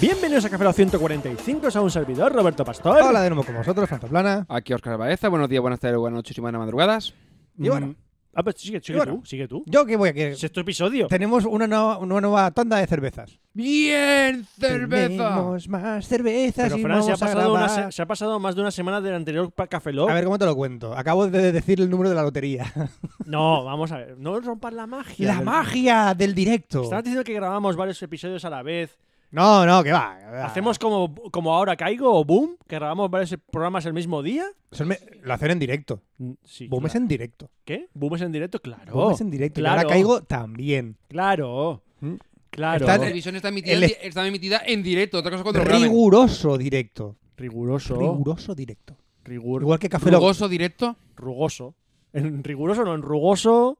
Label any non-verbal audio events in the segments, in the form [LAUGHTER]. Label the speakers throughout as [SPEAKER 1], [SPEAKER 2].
[SPEAKER 1] Bienvenidos a Café Lock 145, soy un servidor, Roberto Pastor.
[SPEAKER 2] Hola de nuevo con vosotros, Franza Plana.
[SPEAKER 3] Aquí Oscar Baeza, buenos días, buenas tardes, buenas noches y buenas madrugadas.
[SPEAKER 2] Y bueno,
[SPEAKER 1] Ah, pues sigue, sigue
[SPEAKER 2] Y bueno.
[SPEAKER 1] tú, sigue tú.
[SPEAKER 2] yo que voy a que
[SPEAKER 1] Sexto episodio.
[SPEAKER 2] tenemos una nueva, una nueva tanda de cervezas.
[SPEAKER 3] ¡Bien, cerveza!
[SPEAKER 2] Tenemos más cervezas
[SPEAKER 1] Pero
[SPEAKER 2] y
[SPEAKER 1] Fran, se ha,
[SPEAKER 2] vamos a
[SPEAKER 1] pasado una
[SPEAKER 2] grabar.
[SPEAKER 1] se- se ha pasado más de una semana del anterior pa- Café Lock.
[SPEAKER 2] A ver cómo te lo cuento. Acabo de decir el número de
[SPEAKER 1] [LAUGHS]
[SPEAKER 2] la lotería.
[SPEAKER 1] No, vamos a ver. No rompas la magia.
[SPEAKER 2] la
[SPEAKER 1] del-
[SPEAKER 2] magia del directo.
[SPEAKER 1] Estás diciendo que grabamos varios episodios a la vez.
[SPEAKER 2] No, no, que va.
[SPEAKER 1] ¿Hacemos como, como ahora caigo o boom? ¿Que grabamos varios programas el mismo día?
[SPEAKER 2] Son me- Lo hacen en directo.
[SPEAKER 1] Mm, Sí.
[SPEAKER 2] Boom es
[SPEAKER 1] claro.
[SPEAKER 2] en directo.
[SPEAKER 1] ¿Qué? ¿Boom es en directo? Claro.
[SPEAKER 2] Boom es en directo. Y
[SPEAKER 1] Claro.
[SPEAKER 2] ahora caigo también.
[SPEAKER 1] Claro.
[SPEAKER 2] Mm.
[SPEAKER 1] Claro.
[SPEAKER 3] La
[SPEAKER 2] Está-
[SPEAKER 3] televisión está emitida,
[SPEAKER 2] el-
[SPEAKER 3] en di- está emitida en directo, otra cosa cuando lo graben.
[SPEAKER 2] Riguroso directo.
[SPEAKER 1] Riguroso.
[SPEAKER 2] Riguroso directo.
[SPEAKER 1] rigur-
[SPEAKER 2] Igual que Café Lock.
[SPEAKER 3] Rugoso directo.
[SPEAKER 1] rugoso. En riguroso, no, en rugoso.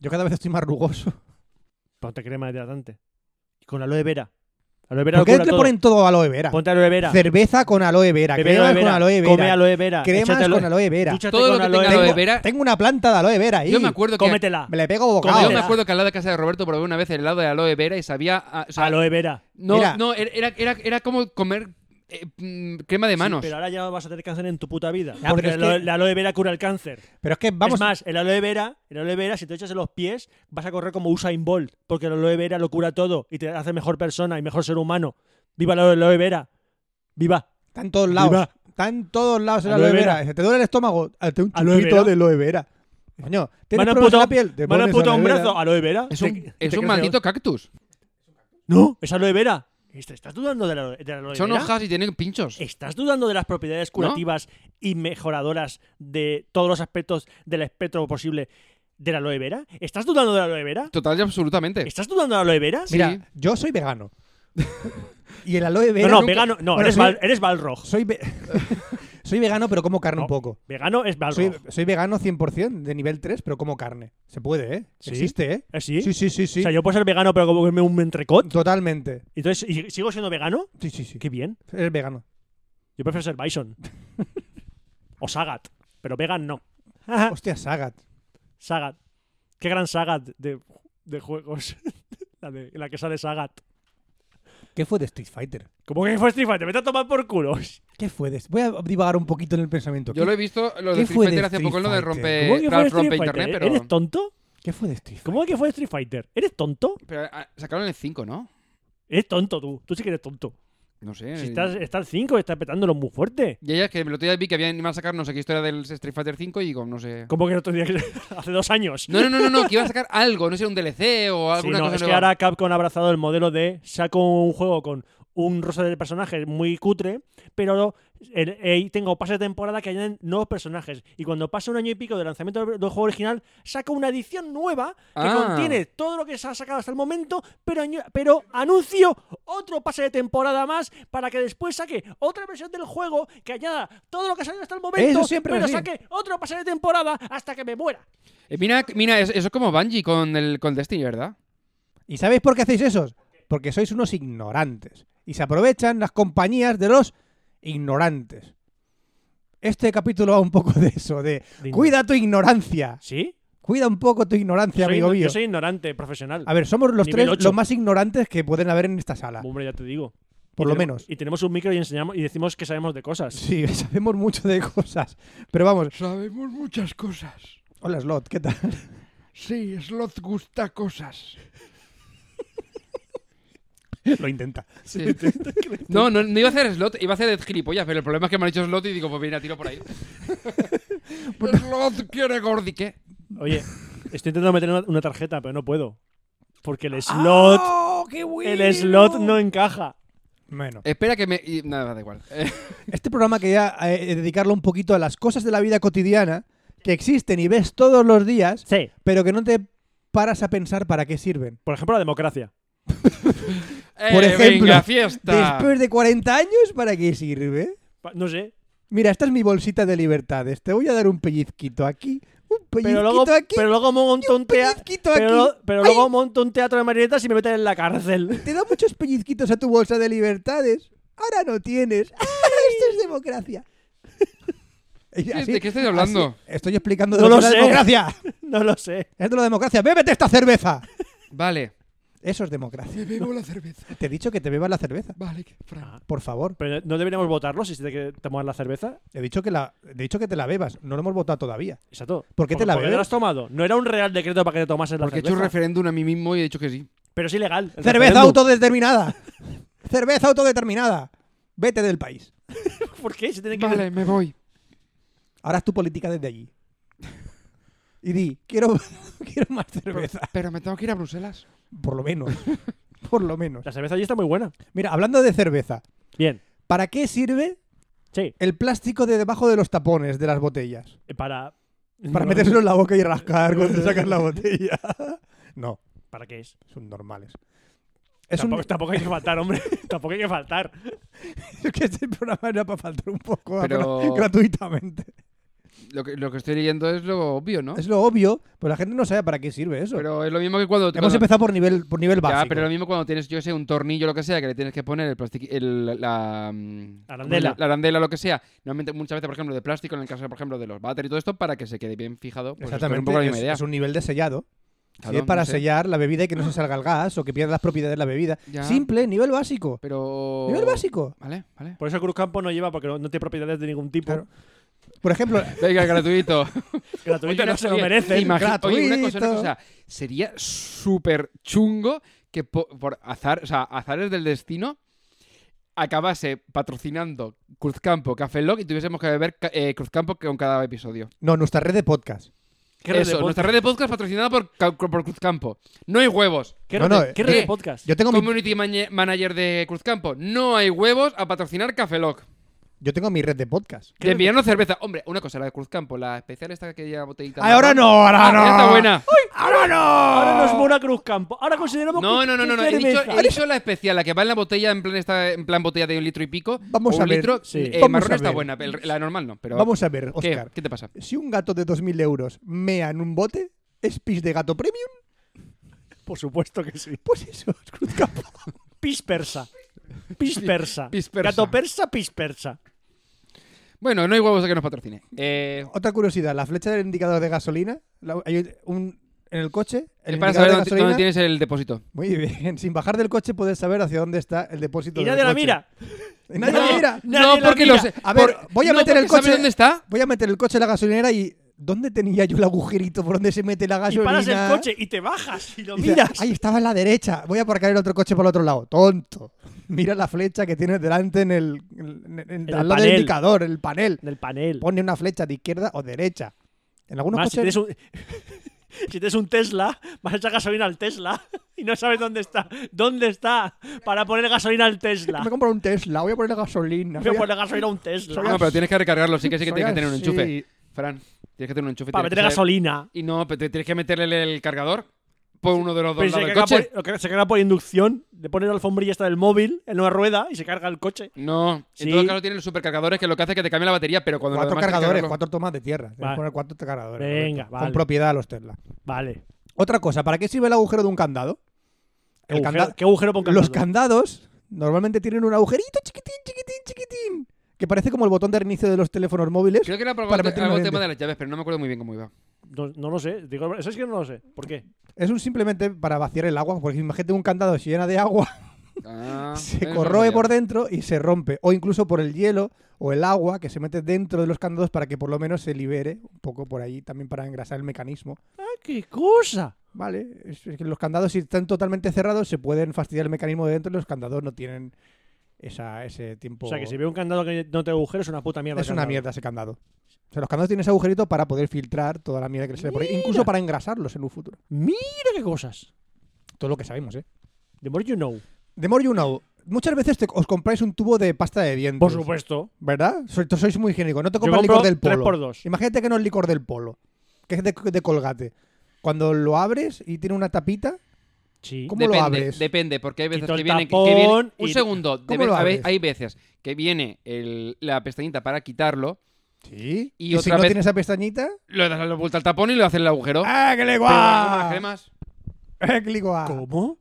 [SPEAKER 2] Yo cada vez estoy más rugoso.
[SPEAKER 1] Ponte crema hidratante. Y Con aloe vera. Aloe vera
[SPEAKER 2] ¿Por qué
[SPEAKER 1] lo cura
[SPEAKER 2] le
[SPEAKER 1] todo.
[SPEAKER 2] ponen todo aloe vera?
[SPEAKER 1] Ponte aloe vera.
[SPEAKER 2] Cerveza con aloe vera,
[SPEAKER 1] Bebe
[SPEAKER 2] cremas con aloe vera,
[SPEAKER 1] Come aloe eh. vera.
[SPEAKER 2] cremas
[SPEAKER 1] échate
[SPEAKER 2] con aloe vera.
[SPEAKER 1] dúchate
[SPEAKER 3] Todo lo
[SPEAKER 1] con
[SPEAKER 3] que
[SPEAKER 1] aloe
[SPEAKER 3] tenga
[SPEAKER 1] vera.
[SPEAKER 3] aloe vera.
[SPEAKER 2] Tengo una planta de aloe vera ahí.
[SPEAKER 3] Yo me acuerdo que.
[SPEAKER 1] Cómetela.
[SPEAKER 2] Me le pego
[SPEAKER 3] como
[SPEAKER 2] bocado.
[SPEAKER 3] yo me
[SPEAKER 1] Cómetela.
[SPEAKER 3] acuerdo que al lado de casa de Roberto probé una vez el helado de aloe vera y sabía. a- o sea,
[SPEAKER 1] Aloe vera.
[SPEAKER 3] no,
[SPEAKER 2] Mira.
[SPEAKER 3] no, era, era, era- era como comer eh, mm, crema de
[SPEAKER 1] Sí,
[SPEAKER 3] manos.
[SPEAKER 1] pero ahora ya no vas a tener cáncer en tu puta vida.
[SPEAKER 2] Ya,
[SPEAKER 1] porque
[SPEAKER 2] pero es
[SPEAKER 1] el aloe-
[SPEAKER 2] que-
[SPEAKER 1] la aloe vera cura el cáncer.
[SPEAKER 2] Pero es que vamos.
[SPEAKER 1] Es más, el aloe vera, el aloe vera, si te lo echas en los pies, vas a correr como Usain Bolt, porque el aloe vera lo cura todo y te hace mejor persona y mejor ser humano. ¡Viva el aloe vera! ¡Viva!
[SPEAKER 2] Está en todos lados.
[SPEAKER 1] Viva.
[SPEAKER 2] Está en todos lados el
[SPEAKER 1] Aloe
[SPEAKER 2] aloe,
[SPEAKER 1] vera.
[SPEAKER 2] vera. Dice, ¿Te duele el estómago? Hazte un
[SPEAKER 1] ¿Aloe
[SPEAKER 2] chupito
[SPEAKER 1] vera?
[SPEAKER 2] de aloe vera. Coño, ¿tienes
[SPEAKER 1] Van a
[SPEAKER 2] problemas en
[SPEAKER 1] puto-
[SPEAKER 2] la piel? Te
[SPEAKER 1] ¿Van a
[SPEAKER 2] pones
[SPEAKER 1] puta un
[SPEAKER 2] aloe vera.
[SPEAKER 1] brazo? ¿Aloe vera?
[SPEAKER 3] Es
[SPEAKER 1] Te-
[SPEAKER 3] un,
[SPEAKER 1] te
[SPEAKER 3] es
[SPEAKER 1] crece-
[SPEAKER 3] un maldito cactus.
[SPEAKER 1] ¡No! ¡Es aloe vera! Est- Este, ¿Estás dudando de la, aloe- de la aloe
[SPEAKER 3] Son
[SPEAKER 1] vera?
[SPEAKER 3] hojas y tienen pinchos.
[SPEAKER 1] ¿Estás dudando de las propiedades curativas y mejoradoras de todos los aspectos del espectro posible de la aloe vera? ¿Estás dudando de la aloe vera?
[SPEAKER 3] Total y absolutamente.
[SPEAKER 1] ¿Estás dudando de la aloe vera?
[SPEAKER 3] Sí.
[SPEAKER 2] Mira, yo soy
[SPEAKER 1] [LAUGHS]
[SPEAKER 2] vegano. y el aloe
[SPEAKER 1] No,
[SPEAKER 2] vera.
[SPEAKER 1] no,
[SPEAKER 3] nunca-
[SPEAKER 1] vegano, no,
[SPEAKER 2] Bueno,
[SPEAKER 1] eres,
[SPEAKER 2] soy-
[SPEAKER 1] Val- eres Balrog. [LAUGHS]
[SPEAKER 2] Soy, ve- soy vegano, pero como carne
[SPEAKER 1] No,
[SPEAKER 2] un poco.
[SPEAKER 1] Vegano es Balrog.
[SPEAKER 2] Soy, soy vegano 100% de nivel 3, pero como carne. Se puede, ¿eh?
[SPEAKER 1] ¿Sí?
[SPEAKER 2] Existe, ¿eh?
[SPEAKER 1] ¿Eh, sí?
[SPEAKER 2] Sí, sí, sí. sí.
[SPEAKER 1] O sea, yo puedo ser vegano, pero como comerme un entrecot.
[SPEAKER 2] Totalmente.
[SPEAKER 1] Entonces, ¿y ¿sigo siendo vegano?
[SPEAKER 2] Sí, sí, sí.
[SPEAKER 1] Qué bien.
[SPEAKER 2] Eres vegano.
[SPEAKER 1] Yo prefiero ser Bison. o Sagat. Pero vegan no. Ah.
[SPEAKER 2] Hostia, Sagat.
[SPEAKER 1] Sagat. Qué gran Sagat de, de juegos. [LAUGHS] la, de- la que sale Sagat.
[SPEAKER 2] ¿Qué fue de Street Fighter?
[SPEAKER 1] Como que fue Street Fighter. Vete a tomar por culo.
[SPEAKER 2] ¿Qué fue de.? Voy a divagar un poquito en el pensamiento.
[SPEAKER 3] Yo
[SPEAKER 2] ¿Qué,
[SPEAKER 3] lo he visto, lo
[SPEAKER 2] ¿Qué
[SPEAKER 3] de Street
[SPEAKER 2] fue de
[SPEAKER 3] Fighter hace
[SPEAKER 2] Street
[SPEAKER 3] poco en lo de
[SPEAKER 2] Fighter?
[SPEAKER 1] ¿Cómo
[SPEAKER 3] rompe,
[SPEAKER 1] que
[SPEAKER 3] Ralph
[SPEAKER 1] fue
[SPEAKER 3] rompe
[SPEAKER 1] Street Fighter?
[SPEAKER 3] internet,
[SPEAKER 1] ¿Eh?
[SPEAKER 3] pero,
[SPEAKER 1] ¿Eres tonto?
[SPEAKER 2] qué fue de Street Fighter?
[SPEAKER 1] ¿Cómo que fue Street Fighter? ¿Eres tonto?
[SPEAKER 3] pero, ah, sacaron el 5, ¿no?
[SPEAKER 1] Eres tonto tú. Tú sí que eres tonto.
[SPEAKER 3] No sé.
[SPEAKER 1] Si estás, eh, estás cinco, estás petándolo muy fuerte.
[SPEAKER 3] Y ella es que el otro día vi que habían iban a sacar no sé qué historia del Street Fighter 5 y como no sé.
[SPEAKER 1] Como que el otro día, que- [LAUGHS] hace dos años.
[SPEAKER 3] No, no, no, no, no, que iban a sacar algo, no sé, un DLC o
[SPEAKER 1] Sí,
[SPEAKER 3] alguna
[SPEAKER 1] no,
[SPEAKER 3] cosa
[SPEAKER 1] es que
[SPEAKER 3] nueva.
[SPEAKER 1] ahora Capcom ha abrazado el modelo de saco un juego con un roster de personajes muy cutre, pero el- eh, tengo pases de temporada que añaden nuevos personajes. Y cuando pasa un año y pico del lanzamiento del del juego original, saca una edición nueva que
[SPEAKER 3] Ah.
[SPEAKER 1] contiene todo lo que se ha sacado hasta el momento, pero, año- pero anuncio otro pase de temporada más para que después saque otra versión del juego que añada todo lo que ha salido hasta el momento,
[SPEAKER 2] Eso siempre
[SPEAKER 1] pero
[SPEAKER 2] es así.
[SPEAKER 1] saque otro pase de temporada hasta que me muera.
[SPEAKER 3] Eh, mira, mira, es- eso es como Bungie con el con Destiny, ¿verdad?
[SPEAKER 2] ¿Y sabéis por qué hacéis eso? Porque sois unos ignorantes. Y se aprovechan las compañías de los ignorantes. Este capítulo va un poco de eso, de cuida tu ignorancia.
[SPEAKER 1] ¿Sí?
[SPEAKER 2] Cuida un poco tu ignorancia,
[SPEAKER 1] Soy-
[SPEAKER 2] amigo
[SPEAKER 1] yo
[SPEAKER 2] mío.
[SPEAKER 1] soy ignorante profesional.
[SPEAKER 2] A ver, somos los
[SPEAKER 1] Nivel
[SPEAKER 2] tres
[SPEAKER 1] ocho.
[SPEAKER 2] los más ignorantes que pueden haber en esta sala.
[SPEAKER 1] Hombre, ya te digo.
[SPEAKER 2] Ah. Por
[SPEAKER 1] Y
[SPEAKER 2] lo
[SPEAKER 1] tenemos-
[SPEAKER 2] menos.
[SPEAKER 1] Y tenemos un micro y enseñamos y decimos que sabemos de cosas.
[SPEAKER 2] Sí, [LAUGHS] sabemos mucho de cosas. Pero vamos,
[SPEAKER 3] Sabemos muchas cosas.
[SPEAKER 2] hola Slot, ¿qué tal?
[SPEAKER 3] Sí, Sloth gusta cosas.
[SPEAKER 2] [LAUGHS] Lo intenta.
[SPEAKER 3] No, no, no iba a hacer Slot, iba a hacer gilipollas, pero el problema es que me han dicho Slot y digo, pues viene a tiro por ahí. Slot quiere Gordi, ¿qué?
[SPEAKER 1] Oye, estoy intentando meter una, una
[SPEAKER 2] Ah,
[SPEAKER 1] tarjeta, pero no puedo. Porque el slot,
[SPEAKER 2] ¡Oh, qué bueno!
[SPEAKER 1] el slot no encaja.
[SPEAKER 2] Bueno.
[SPEAKER 3] Espera que me. y- nada, da igual. [LAUGHS] Eh,
[SPEAKER 2] Este programa quería eh, dedicarlo un poquito a las cosas de la vida cotidiana que existen y ves todos los días,
[SPEAKER 1] Sí.
[SPEAKER 2] pero que no te paras a pensar para qué sirven.
[SPEAKER 1] Por ejemplo, la democracia.
[SPEAKER 2] Por
[SPEAKER 3] eh,
[SPEAKER 2] ejemplo,
[SPEAKER 3] venga, fiesta.
[SPEAKER 2] Después de 40 años, ¿para qué sirve?
[SPEAKER 1] Pa- No sé.
[SPEAKER 2] Mira, esta es mi bolsita de libertades. Te voy a dar un pellizquito aquí, un pellizquito
[SPEAKER 1] Pero luego,
[SPEAKER 2] aquí,
[SPEAKER 1] pero luego monto un
[SPEAKER 2] un
[SPEAKER 1] teatro.
[SPEAKER 2] pellizquito aquí.
[SPEAKER 1] Pero, pero
[SPEAKER 2] Ay.
[SPEAKER 1] luego monto un teatro de marionetas y me meten en la cárcel. [LAUGHS]
[SPEAKER 2] Te da muchos pellizquitos a tu bolsa de libertades. Ahora no tienes. ¡Ah, esto es democracia! Y
[SPEAKER 3] ¿Qué-
[SPEAKER 2] así-
[SPEAKER 3] [LAUGHS] ¿De qué estáis hablando?
[SPEAKER 2] así- estoy explicando de
[SPEAKER 1] No
[SPEAKER 2] lo
[SPEAKER 1] lo
[SPEAKER 2] que es
[SPEAKER 1] sé.
[SPEAKER 2] la democracia.
[SPEAKER 1] No lo sé.
[SPEAKER 2] Es de la democracia. ¡Bébete esta cerveza!
[SPEAKER 3] Vale.
[SPEAKER 2] Eso es democracia.
[SPEAKER 3] Bebo la cerveza.
[SPEAKER 2] Te he dicho que te bebas la cerveza.
[SPEAKER 3] Vale, Fran.
[SPEAKER 2] Por favor.
[SPEAKER 1] Pero no deberíamos votarlo si te que tomar la cerveza.
[SPEAKER 2] He dicho que, la, he dicho que te la bebas. No lo hemos votado todavía.
[SPEAKER 1] Exacto.
[SPEAKER 2] ¿Por qué te
[SPEAKER 1] Porque-
[SPEAKER 2] la
[SPEAKER 1] porque
[SPEAKER 2] bebes?
[SPEAKER 1] lo has tomado? No era un real decreto para que te tomases la
[SPEAKER 3] Porque he hecho un
[SPEAKER 1] cerveza.
[SPEAKER 3] referéndum a mí mismo y he dicho que sí.
[SPEAKER 1] pero es ilegal. el
[SPEAKER 2] ¡Cerveza
[SPEAKER 1] referéndum.
[SPEAKER 2] autodeterminada! ¡Cerveza autodeterminada! Vete del país.
[SPEAKER 1] ¿Por qué? Se tiene que
[SPEAKER 3] Vale, me voy.
[SPEAKER 2] Ahora es tu política desde allí. Y di, quiero, [LAUGHS] quiero más cerveza.
[SPEAKER 3] Pero me tengo que ir a Bruselas.
[SPEAKER 2] Por lo menos. Por lo menos.
[SPEAKER 1] La cerveza allí está muy buena.
[SPEAKER 2] Mira, hablando de cerveza,
[SPEAKER 1] Bien.
[SPEAKER 2] ¿para qué sirve
[SPEAKER 1] Sí. eh,
[SPEAKER 2] el plástico de debajo de los tapones de las botellas?
[SPEAKER 1] Para.
[SPEAKER 2] Para metérselo en la boca y rascar cuando sacas
[SPEAKER 3] [LAUGHS]
[SPEAKER 2] la botella. [LAUGHS] No,
[SPEAKER 1] ¿Para qué es?
[SPEAKER 2] son normales. Es
[SPEAKER 1] tampoco,
[SPEAKER 2] un...
[SPEAKER 1] tampoco hay que faltar, hombre. [LAUGHS] tampoco hay que faltar.
[SPEAKER 2] [LAUGHS] Es que este programa era para faltar un poco a-
[SPEAKER 3] Pero-
[SPEAKER 2] gratuitamente.
[SPEAKER 3] Lo que, lo que estoy leyendo es lo obvio, ¿no?
[SPEAKER 2] Es lo obvio, pero la gente no sabe para qué sirve eso.
[SPEAKER 3] Pero es lo mismo que cuando.
[SPEAKER 2] Hemos
[SPEAKER 3] cuando-
[SPEAKER 2] empezado por nivel, por nivel
[SPEAKER 3] Ya,
[SPEAKER 2] básico.
[SPEAKER 3] pero pues lo mismo cuando tienes, yo sé, un tornillo, lo que sea, que le tienes que poner el plástico, la, mm,
[SPEAKER 1] Arandela.
[SPEAKER 3] La arandela, lo que sea. Normalmente, muchas veces, por ejemplo, de plástico, en el caso, por ejemplo, de los váteres y todo esto, para que se quede bien fijado. Pues esto es un
[SPEAKER 2] Exactamente,
[SPEAKER 3] poco la
[SPEAKER 2] es,
[SPEAKER 3] misma idea.
[SPEAKER 2] es un nivel de sellado.
[SPEAKER 3] Claro,
[SPEAKER 2] Si es para
[SPEAKER 3] no sé.
[SPEAKER 2] sellar la bebida y que no
[SPEAKER 3] [GASPS]
[SPEAKER 2] se salga el gas o que pierda las propiedades de la bebida.
[SPEAKER 3] Ya.
[SPEAKER 2] Simple, nivel básico.
[SPEAKER 3] Pero.
[SPEAKER 2] Nivel básico.
[SPEAKER 3] Vale, vale.
[SPEAKER 1] Por eso Cruzcampo no lleva porque no, no tiene propiedades de ningún tipo.
[SPEAKER 2] Claro. Por ejemplo,
[SPEAKER 3] Venga, gratuito.
[SPEAKER 1] Gratuito
[SPEAKER 3] Oye,
[SPEAKER 1] no se lo
[SPEAKER 3] oye,
[SPEAKER 1] merece.
[SPEAKER 3] imagi- Oye, una cosa, una
[SPEAKER 2] Gratuito.
[SPEAKER 3] cosa. Sería súper chungo que po- por azar, o sea, azares del destino acabase patrocinando Cruzcampo Café Lock y tuviésemos que beber ca- eh, Cruzcampo con cada episodio.
[SPEAKER 2] no, nuestra red de podcast.
[SPEAKER 1] ¿Qué red de
[SPEAKER 3] Eso,
[SPEAKER 1] pod-
[SPEAKER 3] nuestra red de podcast patrocinada por, Ca- por Cruzcampo. No hay huevos.
[SPEAKER 1] ¿Qué
[SPEAKER 2] No,
[SPEAKER 1] red de-
[SPEAKER 2] no,
[SPEAKER 1] qué red de
[SPEAKER 3] eh,
[SPEAKER 1] podcast?
[SPEAKER 2] Yo tengo, mi,
[SPEAKER 3] Community mane- manager de Cruzcampo. No hay huevos a patrocinar Café Lock.
[SPEAKER 2] yo tengo mi red de podcast.
[SPEAKER 1] ¿Qué
[SPEAKER 3] De enviarnos cerveza. Hombre, una cosa, la de Cruzcampo, la especial esta que lleva botellita.
[SPEAKER 2] Ahora
[SPEAKER 3] marrón.
[SPEAKER 2] no, ahora
[SPEAKER 3] Ah,
[SPEAKER 2] no.
[SPEAKER 3] esa está buena.
[SPEAKER 2] Ahora no.
[SPEAKER 1] Ahora no es Mora Cruzcampo. Ahora consideramos
[SPEAKER 3] No,
[SPEAKER 1] que-
[SPEAKER 3] no, no,
[SPEAKER 1] que
[SPEAKER 3] no, no. He dicho,
[SPEAKER 1] cerveza.
[SPEAKER 3] he dicho la especial, la que va en la botella, en plan, esta, en plan botella de un litro y pico.
[SPEAKER 2] Vamos
[SPEAKER 3] o un
[SPEAKER 2] a ver,
[SPEAKER 3] litro.
[SPEAKER 1] sí.
[SPEAKER 3] eh,
[SPEAKER 2] Vamos
[SPEAKER 3] marrón
[SPEAKER 2] a
[SPEAKER 3] está
[SPEAKER 2] ver.
[SPEAKER 3] buena, el- la normal no. Pero
[SPEAKER 2] Vamos a ver,
[SPEAKER 3] ¿qué?
[SPEAKER 2] Oscar.
[SPEAKER 3] ¿Qué te pasa?
[SPEAKER 2] Si un gato de 2.000 euros mea en un bote, ¿es pis de gato premium?
[SPEAKER 1] Por supuesto que sí.
[SPEAKER 2] Pues eso, [LAUGHS] es Cruzcampo.
[SPEAKER 1] Pis persa.
[SPEAKER 3] [LAUGHS]
[SPEAKER 1] Pis persa.
[SPEAKER 3] Pis persa.
[SPEAKER 1] Gato persa, pis persa.
[SPEAKER 3] Bueno, no hay huevos a que nos patrocine. Eh,
[SPEAKER 2] Otra curiosidad, la flecha del indicador de gasolina. la- hay un- en el coche, el
[SPEAKER 3] es para
[SPEAKER 2] indicador
[SPEAKER 3] saber
[SPEAKER 2] de
[SPEAKER 3] dónde,
[SPEAKER 2] gasolina.
[SPEAKER 3] dónde tienes el depósito.
[SPEAKER 2] Muy bien, sin bajar del coche puedes saber hacia dónde está el depósito
[SPEAKER 1] Y
[SPEAKER 2] del
[SPEAKER 1] nadie la
[SPEAKER 2] coche.
[SPEAKER 1] mira.
[SPEAKER 2] Y nadie la
[SPEAKER 1] No.
[SPEAKER 2] mira.
[SPEAKER 1] Nadie
[SPEAKER 3] no,
[SPEAKER 1] la
[SPEAKER 3] porque
[SPEAKER 1] mira.
[SPEAKER 3] lo sé.
[SPEAKER 2] A ver,
[SPEAKER 3] Por-
[SPEAKER 2] voy a
[SPEAKER 3] no,
[SPEAKER 2] meter el
[SPEAKER 3] porque sabe
[SPEAKER 2] coche-
[SPEAKER 3] dónde está?
[SPEAKER 2] Voy a meter el coche en la gasolinera y ¿dónde tenía yo el agujerito por donde se mete la
[SPEAKER 1] Y
[SPEAKER 2] gasolina?
[SPEAKER 1] paras el coche y te bajas y lo
[SPEAKER 2] Y dice,
[SPEAKER 1] miras.
[SPEAKER 2] Ahí estaba en la derecha. Voy a aparcar el otro coche por el otro lado. Tonto. [LAUGHS] Mira la flecha que tienes delante en el, en- en- en-
[SPEAKER 1] el
[SPEAKER 2] al lado del
[SPEAKER 1] panel.
[SPEAKER 2] indicador, el panel.
[SPEAKER 1] En el panel.
[SPEAKER 2] Pone una flecha de izquierda o derecha. En algunos
[SPEAKER 1] Más, si
[SPEAKER 2] coches.
[SPEAKER 1] tienes, un... [LAUGHS] si tienes un Tesla, vas a echar gasolina al Tesla [LAUGHS] y no sabes dónde está. ¿Dónde está? Para poner gasolina al Tesla. [LAUGHS]
[SPEAKER 2] Me he comprado un Tesla. Voy a ponerle gasolina.
[SPEAKER 1] Voy a
[SPEAKER 2] voy a-
[SPEAKER 1] poner gasolina a un Tesla.
[SPEAKER 3] No, pero tienes que recargarlo, sí que sí que
[SPEAKER 2] soy
[SPEAKER 3] tienes que tener un
[SPEAKER 2] así.
[SPEAKER 3] enchufe. Fran, tienes que tener un enchufe.
[SPEAKER 1] Para
[SPEAKER 3] tienes
[SPEAKER 1] meter
[SPEAKER 3] que saber-
[SPEAKER 1] gasolina.
[SPEAKER 3] Y no, pero te tienes que meterle el cargador por uno de los dos
[SPEAKER 1] Pero se
[SPEAKER 3] lados del
[SPEAKER 1] carga,
[SPEAKER 3] coche.
[SPEAKER 1] por, lo que- se carga por inducción, le pones la alfombrilla esta del móvil en una rueda y se carga el coche.
[SPEAKER 3] No,
[SPEAKER 1] Sí.
[SPEAKER 3] en todo caso tiene los supercargadores que lo que hace es que te cambia la batería, pero cuando lo
[SPEAKER 2] Cuatro
[SPEAKER 3] demás tienes que
[SPEAKER 2] cargadores,
[SPEAKER 3] cargarlo-
[SPEAKER 2] cuatro tomas de tierra. Tienes que
[SPEAKER 1] Vale.
[SPEAKER 2] poner cuatro cargadores.
[SPEAKER 1] Venga,
[SPEAKER 2] correcto.
[SPEAKER 1] vale.
[SPEAKER 2] Con propiedad a los Tesla.
[SPEAKER 1] Vale.
[SPEAKER 2] Otra cosa, ¿para qué sirve el agujero de un candado?
[SPEAKER 1] ¿Qué,
[SPEAKER 2] El
[SPEAKER 1] agujero,
[SPEAKER 2] canda-
[SPEAKER 1] qué agujero pon
[SPEAKER 2] Los
[SPEAKER 1] candado?
[SPEAKER 2] candados normalmente tienen un agujerito chiquitín, chiquitín, chiquitín. Que parece como el botón de reinicio de los teléfonos móviles.
[SPEAKER 3] Creo que era por
[SPEAKER 2] Para
[SPEAKER 3] algo-
[SPEAKER 2] meter
[SPEAKER 3] algo
[SPEAKER 2] una
[SPEAKER 3] tema
[SPEAKER 2] lente.
[SPEAKER 3] de las llaves, pero no me acuerdo muy bien cómo iba.
[SPEAKER 1] No, no lo sé. Digo, eso es que no lo sé. ¿Por qué?
[SPEAKER 2] Es un simplemente para vaciar el agua, porque imagínate un candado se llena de agua,
[SPEAKER 3] Ah,
[SPEAKER 2] [LAUGHS]
[SPEAKER 3] eso
[SPEAKER 2] se
[SPEAKER 3] no
[SPEAKER 2] corroe
[SPEAKER 3] sabía.
[SPEAKER 2] por dentro y se rompe. O incluso por el hielo o el agua que se mete dentro de los candados para que por lo menos se libere un poco por ahí, también para engrasar el mecanismo.
[SPEAKER 1] ¡Ah, qué cosa!
[SPEAKER 2] Vale, es es que los candados si están totalmente cerrados se pueden fastidiar el mecanismo de dentro y los candados no tienen esa, ese tiempo.
[SPEAKER 1] O sea, que si veo un candado que no te agujero es una puta mierda.
[SPEAKER 2] es una
[SPEAKER 1] candado.
[SPEAKER 2] mierda ese candado. O sea, los candados tienen ese agujerito para poder filtrar toda la mierda que le sale por ahí, incluso
[SPEAKER 1] Mira.
[SPEAKER 2] para engrasarlos en un futuro.
[SPEAKER 1] ¡Mira qué cosas!
[SPEAKER 2] Todo lo que sabemos, ¿eh?
[SPEAKER 1] The more you know.
[SPEAKER 2] The more you know. muchas veces te- os compráis un tubo de pasta de dientes.
[SPEAKER 1] Por supuesto.
[SPEAKER 2] ¿Verdad? Sois, sois muy higiénicos. No te
[SPEAKER 1] Yo
[SPEAKER 2] compras
[SPEAKER 1] compro
[SPEAKER 2] licor del polo.
[SPEAKER 1] 3x2.
[SPEAKER 2] Imagínate que no es licor del polo, que es de, de colgate. Cuando lo abres y tiene una tapita,
[SPEAKER 1] Sí.
[SPEAKER 2] ¿Cómo lo
[SPEAKER 3] Depende,
[SPEAKER 2] abres?
[SPEAKER 3] depende, porque hay veces
[SPEAKER 1] Quito el
[SPEAKER 3] que viene, que
[SPEAKER 1] tapón
[SPEAKER 3] viene- un
[SPEAKER 1] y-
[SPEAKER 3] segundo, de
[SPEAKER 2] ¿Cómo
[SPEAKER 3] vez-
[SPEAKER 2] lo
[SPEAKER 3] a ve-
[SPEAKER 2] abres?
[SPEAKER 3] hay veces que viene el- la pestañita para quitarlo,
[SPEAKER 2] sí.
[SPEAKER 3] Y
[SPEAKER 2] Y, si
[SPEAKER 3] otra
[SPEAKER 2] no
[SPEAKER 3] vez-
[SPEAKER 2] tiene esa pestañita,
[SPEAKER 3] le das la vuelta al tapón y le haces el agujero.
[SPEAKER 2] ¡ah, que le
[SPEAKER 3] Pero las
[SPEAKER 2] guá!
[SPEAKER 3] cremas,
[SPEAKER 2] [LAUGHS] ¡Ah, que le guá!
[SPEAKER 1] ¿Cómo?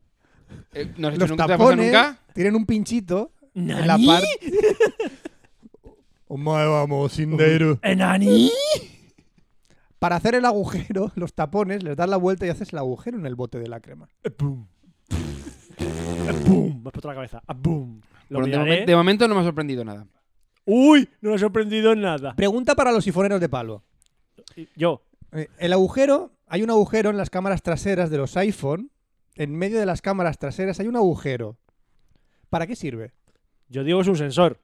[SPEAKER 3] eh, ¿no has hecho
[SPEAKER 2] Los
[SPEAKER 3] nunca, te ha pasado
[SPEAKER 2] tapones
[SPEAKER 3] nunca?
[SPEAKER 2] tienen un pinchito en la
[SPEAKER 1] ¿Nani?
[SPEAKER 2] parte. [LAUGHS] vamos, sindero.
[SPEAKER 1] ¿Eh, ¿Nani?
[SPEAKER 2] Para hacer el agujero, los tapones, les das la vuelta y haces el agujero en el bote de la crema.
[SPEAKER 1] Eh, ¡Pum! Eh, ¡Pum! Me has puesto la cabeza. Ah, ¡Pum! Lo
[SPEAKER 3] Bueno, de,
[SPEAKER 1] miraré.
[SPEAKER 3] momen- de momento no me ha sorprendido nada.
[SPEAKER 1] ¡Uy! No me ha sorprendido en nada.
[SPEAKER 2] Pregunta para los sifoneros de palo.
[SPEAKER 1] Yo.
[SPEAKER 2] Eh, El agujero, hay un agujero en las cámaras traseras de los iPhone. En medio de las cámaras traseras hay un agujero. ¿Para qué sirve?
[SPEAKER 1] Yo digo es un sensor.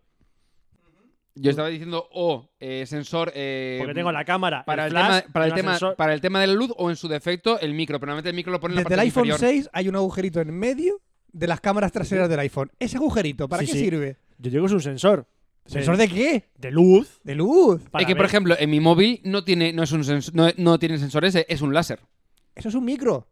[SPEAKER 3] Yo estaba diciendo, o eh, sensor... eh,
[SPEAKER 1] Porque tengo la cámara.
[SPEAKER 3] Para el,
[SPEAKER 1] flash,
[SPEAKER 3] tema, para, el
[SPEAKER 1] un
[SPEAKER 3] tema,
[SPEAKER 1] sensor.
[SPEAKER 3] para el tema de la luz o en su defecto el micro, pero normalmente el micro lo pone en la
[SPEAKER 2] Desde
[SPEAKER 3] parte
[SPEAKER 2] el iPhone
[SPEAKER 3] inferior.
[SPEAKER 2] 6 hay un agujerito en medio de las cámaras traseras del iPhone. Ese agujerito, ¿para
[SPEAKER 1] Sí,
[SPEAKER 2] qué
[SPEAKER 1] sí.
[SPEAKER 2] sirve?
[SPEAKER 1] Yo digo es un sensor.
[SPEAKER 2] ¿Sensor de qué?
[SPEAKER 1] de luz.
[SPEAKER 2] De luz.
[SPEAKER 1] para
[SPEAKER 3] es que, por
[SPEAKER 1] ver-
[SPEAKER 3] ejemplo, en mi móvil no tiene, no es un sens- no, no tiene sensor ese, es un láser.
[SPEAKER 2] Eso es un micro.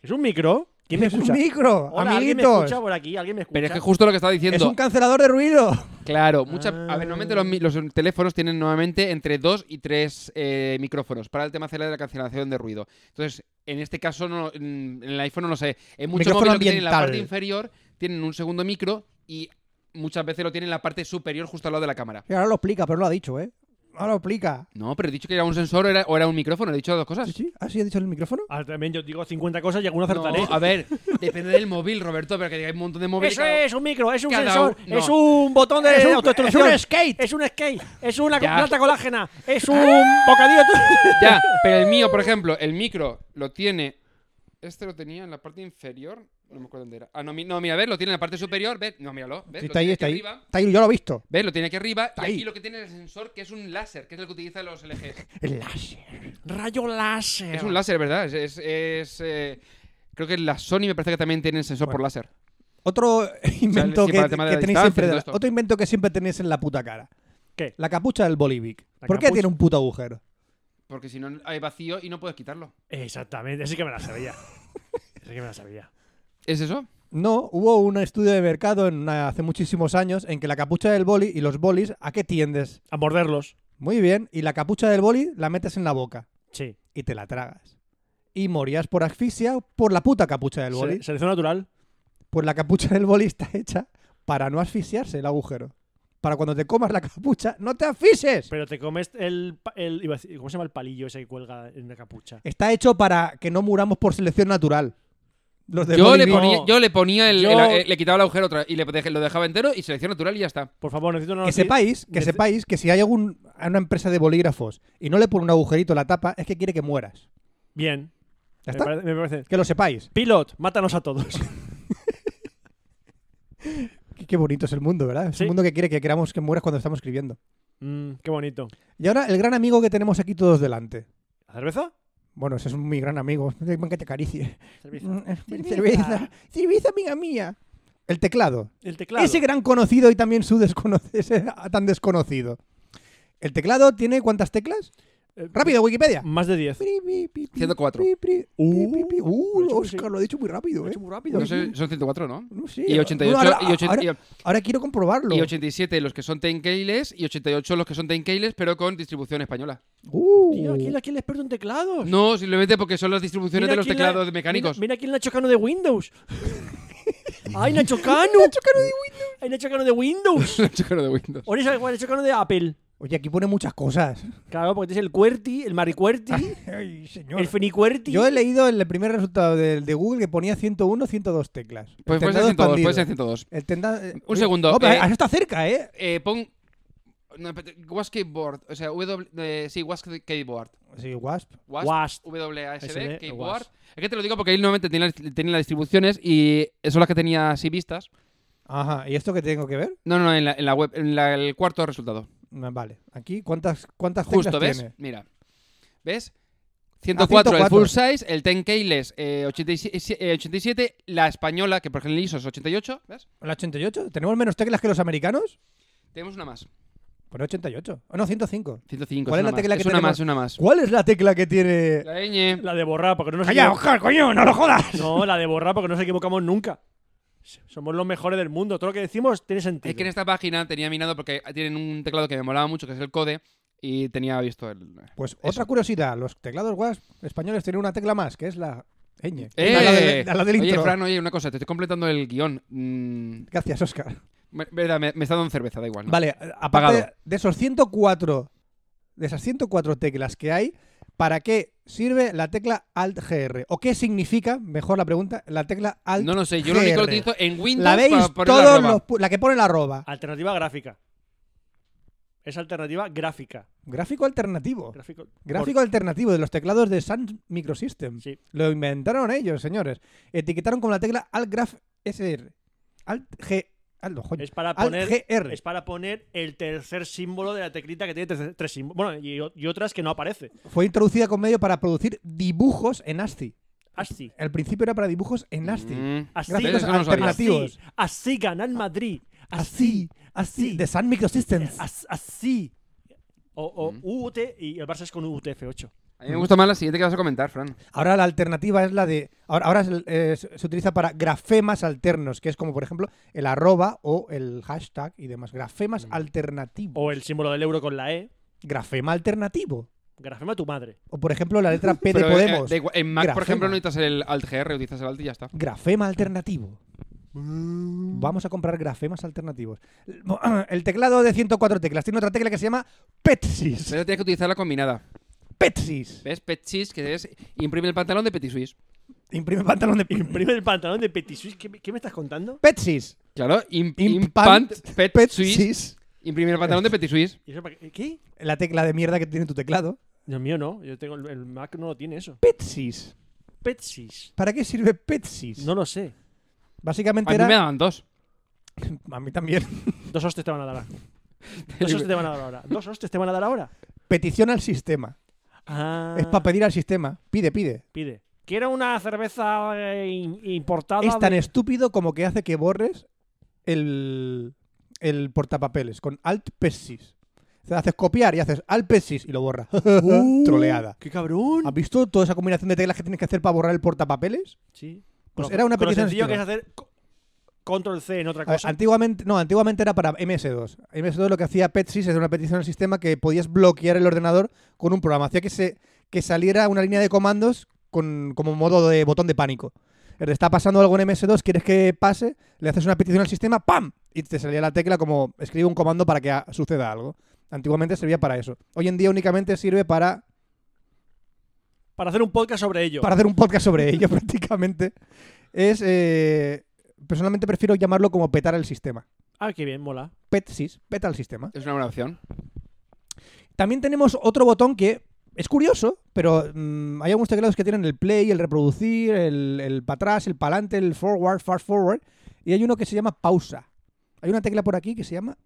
[SPEAKER 1] ¿Es un micro? ¿Quién me
[SPEAKER 2] es
[SPEAKER 1] escucha?
[SPEAKER 2] un micro,
[SPEAKER 1] Hola, ¿Alguien me
[SPEAKER 2] amiguitos.
[SPEAKER 1] escucha por aquí? ¿Alguien me escucha?
[SPEAKER 3] Pero es que justo lo que estaba
[SPEAKER 2] Es
[SPEAKER 3] diciendo.
[SPEAKER 2] un cancelador de ruido.
[SPEAKER 3] Claro, muchas a ver,
[SPEAKER 1] Ah.
[SPEAKER 3] normalmente los, mi- los teléfonos tienen nuevamente entre dos y tres eh, micrófonos para el tema de la cancelación de ruido. Entonces, en este caso, no, en en el iPhone no lo sé. En muchos
[SPEAKER 2] Micrófono
[SPEAKER 3] móviles lo que tienen en la parte
[SPEAKER 2] ambiental.
[SPEAKER 3] inferior tienen un segundo micro y muchas veces lo tienen en la parte superior justo al lado de la cámara.
[SPEAKER 2] [LAUGHS] Y ahora lo explica, pero no lo ha dicho, ¿eh? Ahora lo explica.
[SPEAKER 3] No, pero he dicho que era un sensor o era, o era un micrófono, he dicho las dos cosas.
[SPEAKER 2] ¿Sí, sí? ¿Ah, sí ha dicho el micrófono?
[SPEAKER 1] Ah, también yo digo 50 cosas y alguna
[SPEAKER 3] No,
[SPEAKER 1] acertaré.
[SPEAKER 3] a ver, depende del móvil, Roberto, pero que hay un montón de móviles.
[SPEAKER 1] Eso
[SPEAKER 3] claro.
[SPEAKER 1] es un micro, es un
[SPEAKER 3] Cada
[SPEAKER 1] sensor,
[SPEAKER 3] un- no.
[SPEAKER 1] es un botón de
[SPEAKER 2] Es un-
[SPEAKER 1] autoextracción,
[SPEAKER 2] es un skate.
[SPEAKER 1] es un skate, es una co-
[SPEAKER 3] Ya. Ah.
[SPEAKER 1] planta colágena, es un bocadillo. [LAUGHS]
[SPEAKER 3] Ya, pero el mío, por ejemplo, el micro lo tiene. Este lo tenía en la parte inferior. No me acuerdo dónde era. Ah, no, mi- no, mira, ves, lo tiene en la parte superior. Ves, no, míralo. Ves,
[SPEAKER 2] Sí,
[SPEAKER 3] lo
[SPEAKER 2] está ahí,
[SPEAKER 3] tiene
[SPEAKER 2] está
[SPEAKER 3] aquí
[SPEAKER 2] ahí.
[SPEAKER 3] arriba.
[SPEAKER 2] Está ahí, yo lo he visto.
[SPEAKER 3] Ves, lo tiene aquí arriba. Y
[SPEAKER 2] ahí.
[SPEAKER 3] aquí lo que tiene es el sensor, que es un láser, que es el que utilizan los
[SPEAKER 2] [LAUGHS]
[SPEAKER 3] LGs.
[SPEAKER 2] El láser.
[SPEAKER 1] Rayo láser.
[SPEAKER 3] Es un láser, ¿verdad? Es. es- es, eh, creo que la Sony me parece que también tiene sensor por láser.
[SPEAKER 2] Otro [LAUGHS] invento
[SPEAKER 3] sí,
[SPEAKER 2] que,
[SPEAKER 3] para el tema de
[SPEAKER 2] que
[SPEAKER 3] la
[SPEAKER 2] tenéis
[SPEAKER 3] distancia y
[SPEAKER 2] siempre
[SPEAKER 3] todo
[SPEAKER 2] de-
[SPEAKER 3] esto.
[SPEAKER 2] otro invento que siempre tenéis en la puta cara.
[SPEAKER 1] ¿Qué?
[SPEAKER 2] La capucha del Bolivic.
[SPEAKER 1] La
[SPEAKER 2] ¿Por qué
[SPEAKER 1] capucha.
[SPEAKER 2] tiene un puto agujero?
[SPEAKER 3] Porque si no hay vacío y no puedes quitarlo.
[SPEAKER 1] Exactamente, ese que me la
[SPEAKER 2] [LAUGHS]
[SPEAKER 1] sabía. Ese que me la sabía.
[SPEAKER 3] ¿Es eso?
[SPEAKER 2] No, hubo un estudio de mercado en una- hace muchísimos años en que la capucha del boli y los bolis, ¿a qué tiendes?
[SPEAKER 1] A morderlos.
[SPEAKER 2] Muy bien, y la capucha del boli la metes en la boca
[SPEAKER 1] Sí.
[SPEAKER 2] y te la tragas. Y morías por asfixia por la puta capucha del boli.
[SPEAKER 1] Se- selección natural.
[SPEAKER 2] Pues la capucha del boli está [LAUGHS] hecha para no asfixiarse el agujero. Para cuando te comas la capucha, no te asfixies.
[SPEAKER 1] Pero te comes el, pa- el- iba a decir- ¿Cómo se llama el palillo ese que cuelga en la capucha?
[SPEAKER 2] Está hecho para que no muramos por selección natural. Los de
[SPEAKER 3] Yo
[SPEAKER 2] boli
[SPEAKER 3] le,
[SPEAKER 2] no.
[SPEAKER 3] ponía, yo le ponía el.
[SPEAKER 1] Yo-
[SPEAKER 3] el- eh, le quitaba el agujero otra y le dej- lo dejaba entero y selección natural y ya está.
[SPEAKER 1] Por favor, necesito una
[SPEAKER 2] Que
[SPEAKER 1] noticia-
[SPEAKER 2] sepáis, que
[SPEAKER 1] Nece-
[SPEAKER 2] sepáis que si hay algún, una empresa de bolígrafos y no le pone un agujerito a la tapa, es que quiere que mueras.
[SPEAKER 1] Bien. me,
[SPEAKER 2] ¿Ya está?
[SPEAKER 1] parece, me parece.
[SPEAKER 2] Que lo sepáis.
[SPEAKER 1] Pilot, mátanos a todos. [LAUGHS]
[SPEAKER 2] Qué, qué bonito es el mundo, ¿verdad? Es
[SPEAKER 1] Sí.
[SPEAKER 2] un mundo que quiere que queramos que mueras cuando estamos escribiendo.
[SPEAKER 1] Mm, qué bonito.
[SPEAKER 2] Y ahora el gran amigo que tenemos aquí todos delante.
[SPEAKER 1] ¿La cerveza?
[SPEAKER 2] Bueno, ese es mi gran amigo. [LAUGHS] Déjame que te acaricie.
[SPEAKER 1] Cerveza.
[SPEAKER 2] Mm,
[SPEAKER 1] Cerveza.
[SPEAKER 2] Cerveza. Cerveza, amiga mía. El teclado.
[SPEAKER 1] El teclado.
[SPEAKER 2] Ese gran conocido y también su [LAUGHS] desconocido, tan desconocido. ¿El teclado tiene cuántas teclas?
[SPEAKER 1] Eh,
[SPEAKER 2] Rápido, Wikipedia.
[SPEAKER 1] Más de 10.
[SPEAKER 3] 104.
[SPEAKER 2] Uh,
[SPEAKER 1] lo he hecho muy-
[SPEAKER 2] Oscar, lo ha dicho muy rápido, ¿eh?
[SPEAKER 1] hecho muy rápido.
[SPEAKER 3] No sé, son 104, ¿no?
[SPEAKER 2] No sé.
[SPEAKER 3] Y 88
[SPEAKER 2] Bueno, ahora,
[SPEAKER 3] y ochen-
[SPEAKER 2] ahora-
[SPEAKER 3] y-
[SPEAKER 2] ahora quiero comprobarlo.
[SPEAKER 3] Y 87 los que son tenkeiles y 88 los que son tenkeiles pero con distribución española.
[SPEAKER 2] Uh.
[SPEAKER 1] Tío,
[SPEAKER 2] [LAUGHS]
[SPEAKER 1] ¿quién, es el experto en teclados?
[SPEAKER 3] No, simplemente porque son las distribuciones de los
[SPEAKER 1] quién
[SPEAKER 3] teclados
[SPEAKER 1] la-
[SPEAKER 3] mecánicos. [LAUGHS]
[SPEAKER 1] Mira, mira quién es Nacho Cano de Windows.
[SPEAKER 2] [LAUGHS]
[SPEAKER 1] ¡Ay, Nacho Cano! ¡Nacho Cano de Windows! ¡Ay, Nacho Cano de Windows!
[SPEAKER 3] El chocero de Windows.
[SPEAKER 1] O Nacho Nacho Cano de Apple.
[SPEAKER 2] Oye, aquí pone muchas [LAUGHS] cosas.
[SPEAKER 1] Claro, porque tienes el QWERTY, el MariQWERTY,
[SPEAKER 2] Ay, Ah, señor.
[SPEAKER 1] el FeniQWERTY.
[SPEAKER 2] Yo he leído el primer resultado del de Google que ponía 101, 102 teclas. El
[SPEAKER 3] Pues puede ser
[SPEAKER 2] teclado
[SPEAKER 3] 102,
[SPEAKER 2] expandido.
[SPEAKER 3] puede ser 102.
[SPEAKER 2] El tenda- eh,
[SPEAKER 3] Un segundo,
[SPEAKER 2] No, pero
[SPEAKER 3] eh.
[SPEAKER 2] eso está cerca, ¿eh?
[SPEAKER 3] Eh, pon... No, espérate, Waskeyboard, o sea, W... eh, sí, Waskeyboard.
[SPEAKER 2] Sí, Wasp.
[SPEAKER 3] Wasp,
[SPEAKER 1] Wasp.
[SPEAKER 3] WASD,
[SPEAKER 1] SD,
[SPEAKER 3] Keyboard.
[SPEAKER 1] Wasp.
[SPEAKER 3] Es que te lo digo porque ahí nuevamente tenía las, tenía las distribuciones y son las que tenía así vistas.
[SPEAKER 2] Ajá. ¿Y esto qué tengo que ver?
[SPEAKER 3] No, no, no, en la, en la web, en la- el cuarto resultado.
[SPEAKER 2] Ah, Vale. Aquí, ¿cuántas, cuántas
[SPEAKER 3] Justo,
[SPEAKER 2] teclas
[SPEAKER 3] ¿ves?
[SPEAKER 2] tiene?
[SPEAKER 3] Mira. ¿Ves? 104, el
[SPEAKER 2] 104.
[SPEAKER 3] full size, el 10K less, eh, 87, eh, 87, la española, que por ejemplo el ISO es 88, ¿ves?
[SPEAKER 2] ¿El 88? ¿Tenemos menos teclas que los americanos?
[SPEAKER 3] Tenemos una más,
[SPEAKER 2] Pues 88. Ah, no, 105.
[SPEAKER 3] 105.
[SPEAKER 2] ¿Cuál es
[SPEAKER 3] una
[SPEAKER 2] la
[SPEAKER 3] más.
[SPEAKER 2] tecla que
[SPEAKER 3] es una
[SPEAKER 2] tenemos?
[SPEAKER 3] más, una más.
[SPEAKER 2] ¿Cuál es la tecla que tiene...?
[SPEAKER 3] La ñ.
[SPEAKER 1] La de borrar, porque no nos
[SPEAKER 2] ¡Calla,
[SPEAKER 1] equivo-
[SPEAKER 2] Oscar, coño! ¡No lo jodas!
[SPEAKER 1] No, la de borrar, porque no nos equivocamos nunca. Somos los mejores del mundo. Todo lo que decimos tiene sentido.
[SPEAKER 3] Es que en
[SPEAKER 2] este
[SPEAKER 3] esta página tenía minado porque tienen un teclado que me molaba mucho, que es el Code, y tenía visto el...
[SPEAKER 2] Pues otra curiosidad, los teclados WASP españoles tienen una tecla más, que es la ñ.
[SPEAKER 3] ¡Eh!
[SPEAKER 2] A la, del- a la del
[SPEAKER 3] oye,
[SPEAKER 2] intro.
[SPEAKER 3] Fran, oye, una cosa, te estoy completando el guión. Mm,
[SPEAKER 2] Gracias, Oscar.
[SPEAKER 3] me- verdad, me, me está dando cerveza, da igual. ¿no?
[SPEAKER 2] Vale, eh, aparte
[SPEAKER 3] Apagado.
[SPEAKER 2] de- de esos 104, de esas 104 teclas que hay, ¿para qué sirve la tecla Alt GR? ¿O qué significa, mejor la pregunta, la tecla Alt
[SPEAKER 3] No lo sé, yo lo único que utilizo en Windows
[SPEAKER 2] La veis
[SPEAKER 3] para poner la
[SPEAKER 2] todos
[SPEAKER 3] ropa.
[SPEAKER 2] los pu- la que pone la arroba.
[SPEAKER 1] Alternativa gráfica. Es alternativa gráfica.
[SPEAKER 2] Gráfico alternativo.
[SPEAKER 1] Gráfico. por-
[SPEAKER 2] Gráfico alternativo de los teclados de Sun Microsystem.
[SPEAKER 1] Sí.
[SPEAKER 2] Lo inventaron ellos, señores. Etiquetaron con la tecla Alt Graph SR. Alt G. Alt, no, coño.
[SPEAKER 1] Es para
[SPEAKER 2] Alt
[SPEAKER 1] poner.
[SPEAKER 2] GR.
[SPEAKER 1] Es para poner el tercer símbolo de la teclita que tiene tres, tres símbolos. Bueno, y, y otras que no aparece.
[SPEAKER 2] Fue introducida con medio para producir dibujos en ASCII.
[SPEAKER 1] Así.
[SPEAKER 2] Al principio era para dibujos en ASCII.
[SPEAKER 3] Mm.
[SPEAKER 1] Así.
[SPEAKER 2] Gráficos
[SPEAKER 3] Eso no lo sabía.
[SPEAKER 2] alternativos.
[SPEAKER 1] Así, así ganan Madrid.
[SPEAKER 2] Así,
[SPEAKER 1] Así.
[SPEAKER 2] así.
[SPEAKER 1] así.
[SPEAKER 2] De Sun Microsystems.
[SPEAKER 1] as- así. O, o
[SPEAKER 3] Mm.
[SPEAKER 1] UT y el Barça es con UTF8.
[SPEAKER 3] A mí me gusta más la siguiente que vas a comentar, Fran.
[SPEAKER 2] Ahora la alternativa es la de. Ahora, ahora es el- eh, se se utiliza para grafemas alternos, que es como, por ejemplo, el arroba o el hashtag y demás. Grafemas alternativo.
[SPEAKER 1] O el símbolo del euro con la E.
[SPEAKER 2] Grafema alternativo.
[SPEAKER 1] Grafema tu madre.
[SPEAKER 2] O, por ejemplo, la letra P de
[SPEAKER 3] Pero, eh,
[SPEAKER 2] Podemos.
[SPEAKER 3] da igual, en Mac, por
[SPEAKER 2] Grafema.
[SPEAKER 3] ejemplo, no necesitas el Alt GR, utilizas el Alt y ya está.
[SPEAKER 2] Grafema alternativo.
[SPEAKER 1] Mm.
[SPEAKER 2] Vamos a comprar grafemas alternativos. [CLEARS THROAT] El teclado de 104 teclas tiene otra tecla que se llama Petsis.
[SPEAKER 3] Pero tienes que utilizar la combinada.
[SPEAKER 2] Petsis.
[SPEAKER 3] ¿Ves? Pet Cheese, que es imprime el pantalón de Petit Suisse.
[SPEAKER 2] Imprime pantalón de
[SPEAKER 1] Imprime el pantalón de Petit Suisse. ¿Qué, me- qué me estás contando?
[SPEAKER 2] Petsis.
[SPEAKER 3] Claro, imp,
[SPEAKER 2] Impant-
[SPEAKER 3] impant Pet, Suisse.
[SPEAKER 2] Petsis.
[SPEAKER 3] Imprime el pantalón de Petit Suisse.
[SPEAKER 1] ¿Y eso para qué? ¿Qué?
[SPEAKER 2] La tecla de mierda que tiene tu teclado.
[SPEAKER 1] No, mío no. Yo tengo el, el Mac no lo tiene eso.
[SPEAKER 2] Petsis.
[SPEAKER 1] Petsis.
[SPEAKER 2] ¿Para qué sirve Petsis?
[SPEAKER 1] No lo sé.
[SPEAKER 3] A
[SPEAKER 2] Básicamente
[SPEAKER 3] mí me
[SPEAKER 2] era.
[SPEAKER 3] daban dos.
[SPEAKER 2] [COUGHS] A mí también.
[SPEAKER 1] Dos hostes te van a dar ahora. [LAUGHS] Dos hostes te van a dar ahora. Dos hostes te van a dar ahora.
[SPEAKER 2] Petición al sistema.
[SPEAKER 1] Ah,
[SPEAKER 2] Es para pedir al sistema. Pide, pide.
[SPEAKER 1] Pide. Quiero una cerveza eh, in- importada.
[SPEAKER 2] Es tan
[SPEAKER 1] de-
[SPEAKER 2] estúpido como que hace que borres el, el portapapeles con Alt Petsis. O sea, haces copiar y haces Alt Petsis y lo [LAUGHS] borra.
[SPEAKER 1] Uh,
[SPEAKER 2] Troleada.
[SPEAKER 1] ¡Qué cabrón!
[SPEAKER 2] ¿Has visto toda esa combinación de teclas que tienes que hacer para borrar el portapapeles?
[SPEAKER 1] Sí.
[SPEAKER 2] Pues
[SPEAKER 1] Con-
[SPEAKER 2] era una
[SPEAKER 1] con lo
[SPEAKER 2] petición
[SPEAKER 1] sencillo que es
[SPEAKER 2] estilo.
[SPEAKER 1] hacer co- control C en otra
[SPEAKER 2] A ver,
[SPEAKER 1] cosa.
[SPEAKER 2] antiguamente, no, antiguamente era para MS2. MS2 lo que hacía Petsys era una petición al sistema que podías bloquear el ordenador con un programa. Hacía que, se, que saliera una línea de comandos con, como modo de botón de pánico. Es de, Está pasando algo en MS2, quieres que pase, le haces una petición al sistema, ¡pam! Y te salía la tecla como escribe un comando para que a- suceda algo. Antiguamente servía para eso. Hoy en día únicamente sirve para,
[SPEAKER 1] Para hacer un podcast sobre ello.
[SPEAKER 2] para hacer un podcast sobre ello [LAUGHS] prácticamente. Es, eh, personalmente prefiero llamarlo como petar el sistema.
[SPEAKER 1] Ah, qué bien, mola.
[SPEAKER 2] Petsys, peta el sistema.
[SPEAKER 3] Es una buena opción.
[SPEAKER 2] También tenemos otro botón que es curioso, pero mm, hay algunos teclados que tienen el play, el reproducir, el, para atrás, el para adelante, el forward, fast forward. Y hay uno que se llama pausa. Hay una tecla por aquí que se llama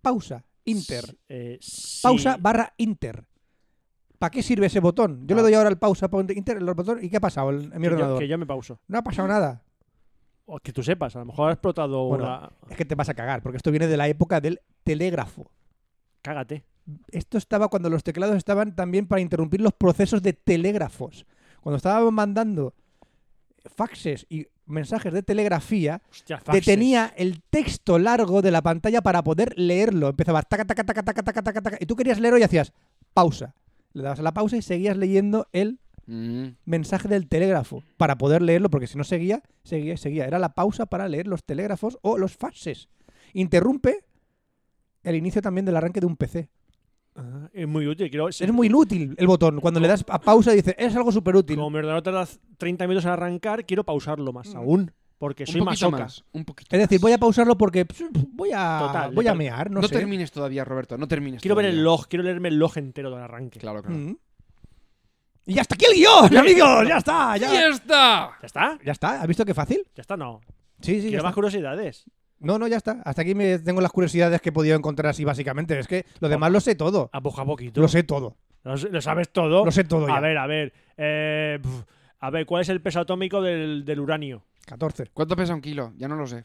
[SPEAKER 2] pausa,
[SPEAKER 1] S-
[SPEAKER 2] inter.
[SPEAKER 1] eh, sí.
[SPEAKER 2] Pausa barra inter. ¿Para qué sirve ese botón? Yo le
[SPEAKER 1] Ah.
[SPEAKER 2] doy ahora el pausa, pon- inter, el botón, ¿y qué ha pasado en, en
[SPEAKER 1] Que
[SPEAKER 2] mi
[SPEAKER 1] yo-
[SPEAKER 2] ordenador?
[SPEAKER 1] Que yo me pauso.
[SPEAKER 2] No ha pasado nada.
[SPEAKER 1] O que tú sepas, a lo mejor ha explotado
[SPEAKER 2] Bueno.
[SPEAKER 1] una.
[SPEAKER 2] Es que te vas a cagar, porque esto viene de la época del telégrafo.
[SPEAKER 1] Cágate.
[SPEAKER 2] Esto estaba cuando los teclados estaban también para interrumpir los procesos de telégrafos. Cuando estaban mandando faxes y mensajes de telegrafía,
[SPEAKER 1] Hostia, faxes.
[SPEAKER 2] detenía el texto largo de la pantalla para poder leerlo. Empezaba taca, taca, taca, taca, taca, taca, taca, y tú querías leerlo y hacías pausa. Le dabas a la pausa y seguías leyendo el
[SPEAKER 3] Mm.
[SPEAKER 2] mensaje del telégrafo para poder leerlo, porque si no seguía, seguía, seguía. Era la pausa para leer los telégrafos o los faxes. Interrumpe el inicio también del arranque de un PC.
[SPEAKER 1] Ah, es muy útil. Creo,
[SPEAKER 2] Es muy inútil el botón. Cuando le das a pausa dice, es algo súper útil.
[SPEAKER 1] Como mi ordenador tarda 30 minutos en arrancar, quiero pausarlo más
[SPEAKER 2] Mm.
[SPEAKER 1] aún. Porque soy
[SPEAKER 3] un poquito
[SPEAKER 1] masoca.
[SPEAKER 3] más. Un poquito
[SPEAKER 2] Es decir,
[SPEAKER 3] más.
[SPEAKER 2] voy a pausarlo porque pss, voy a,
[SPEAKER 1] Total,
[SPEAKER 2] voy
[SPEAKER 1] le
[SPEAKER 2] a
[SPEAKER 1] per-
[SPEAKER 2] mear, no,
[SPEAKER 3] No,
[SPEAKER 2] sé.
[SPEAKER 3] termines todavía, Roberto. No termines.
[SPEAKER 1] Quiero ver
[SPEAKER 3] todavía.
[SPEAKER 1] el log, quiero leerme el log entero del arranque.
[SPEAKER 3] Claro, claro.
[SPEAKER 2] Mm. Y hasta aquí el [LAUGHS] guión, amigos. Ya está, ya.
[SPEAKER 3] ¡Ya está!
[SPEAKER 1] ¿Ya está?
[SPEAKER 2] Ya está. ¿Has visto qué fácil?
[SPEAKER 1] ¿Ya está? No.
[SPEAKER 2] Sí, sí. ya
[SPEAKER 1] quiero más
[SPEAKER 2] está.
[SPEAKER 1] curiosidades.
[SPEAKER 2] No, no, ya está. Hasta aquí me tengo las curiosidades que he podido encontrar así básicamente. Es que lo demás lo sé todo.
[SPEAKER 1] A poco a poquito.
[SPEAKER 2] Lo sé todo.
[SPEAKER 1] Lo, lo sabes todo.
[SPEAKER 2] Lo sé todo ya.
[SPEAKER 1] A ver, a ver. eh, pf, a ver, ¿cuál es el peso atómico del, del uranio?
[SPEAKER 2] 14.
[SPEAKER 3] ¿Cuánto pesa un kilo? Ya no lo sé.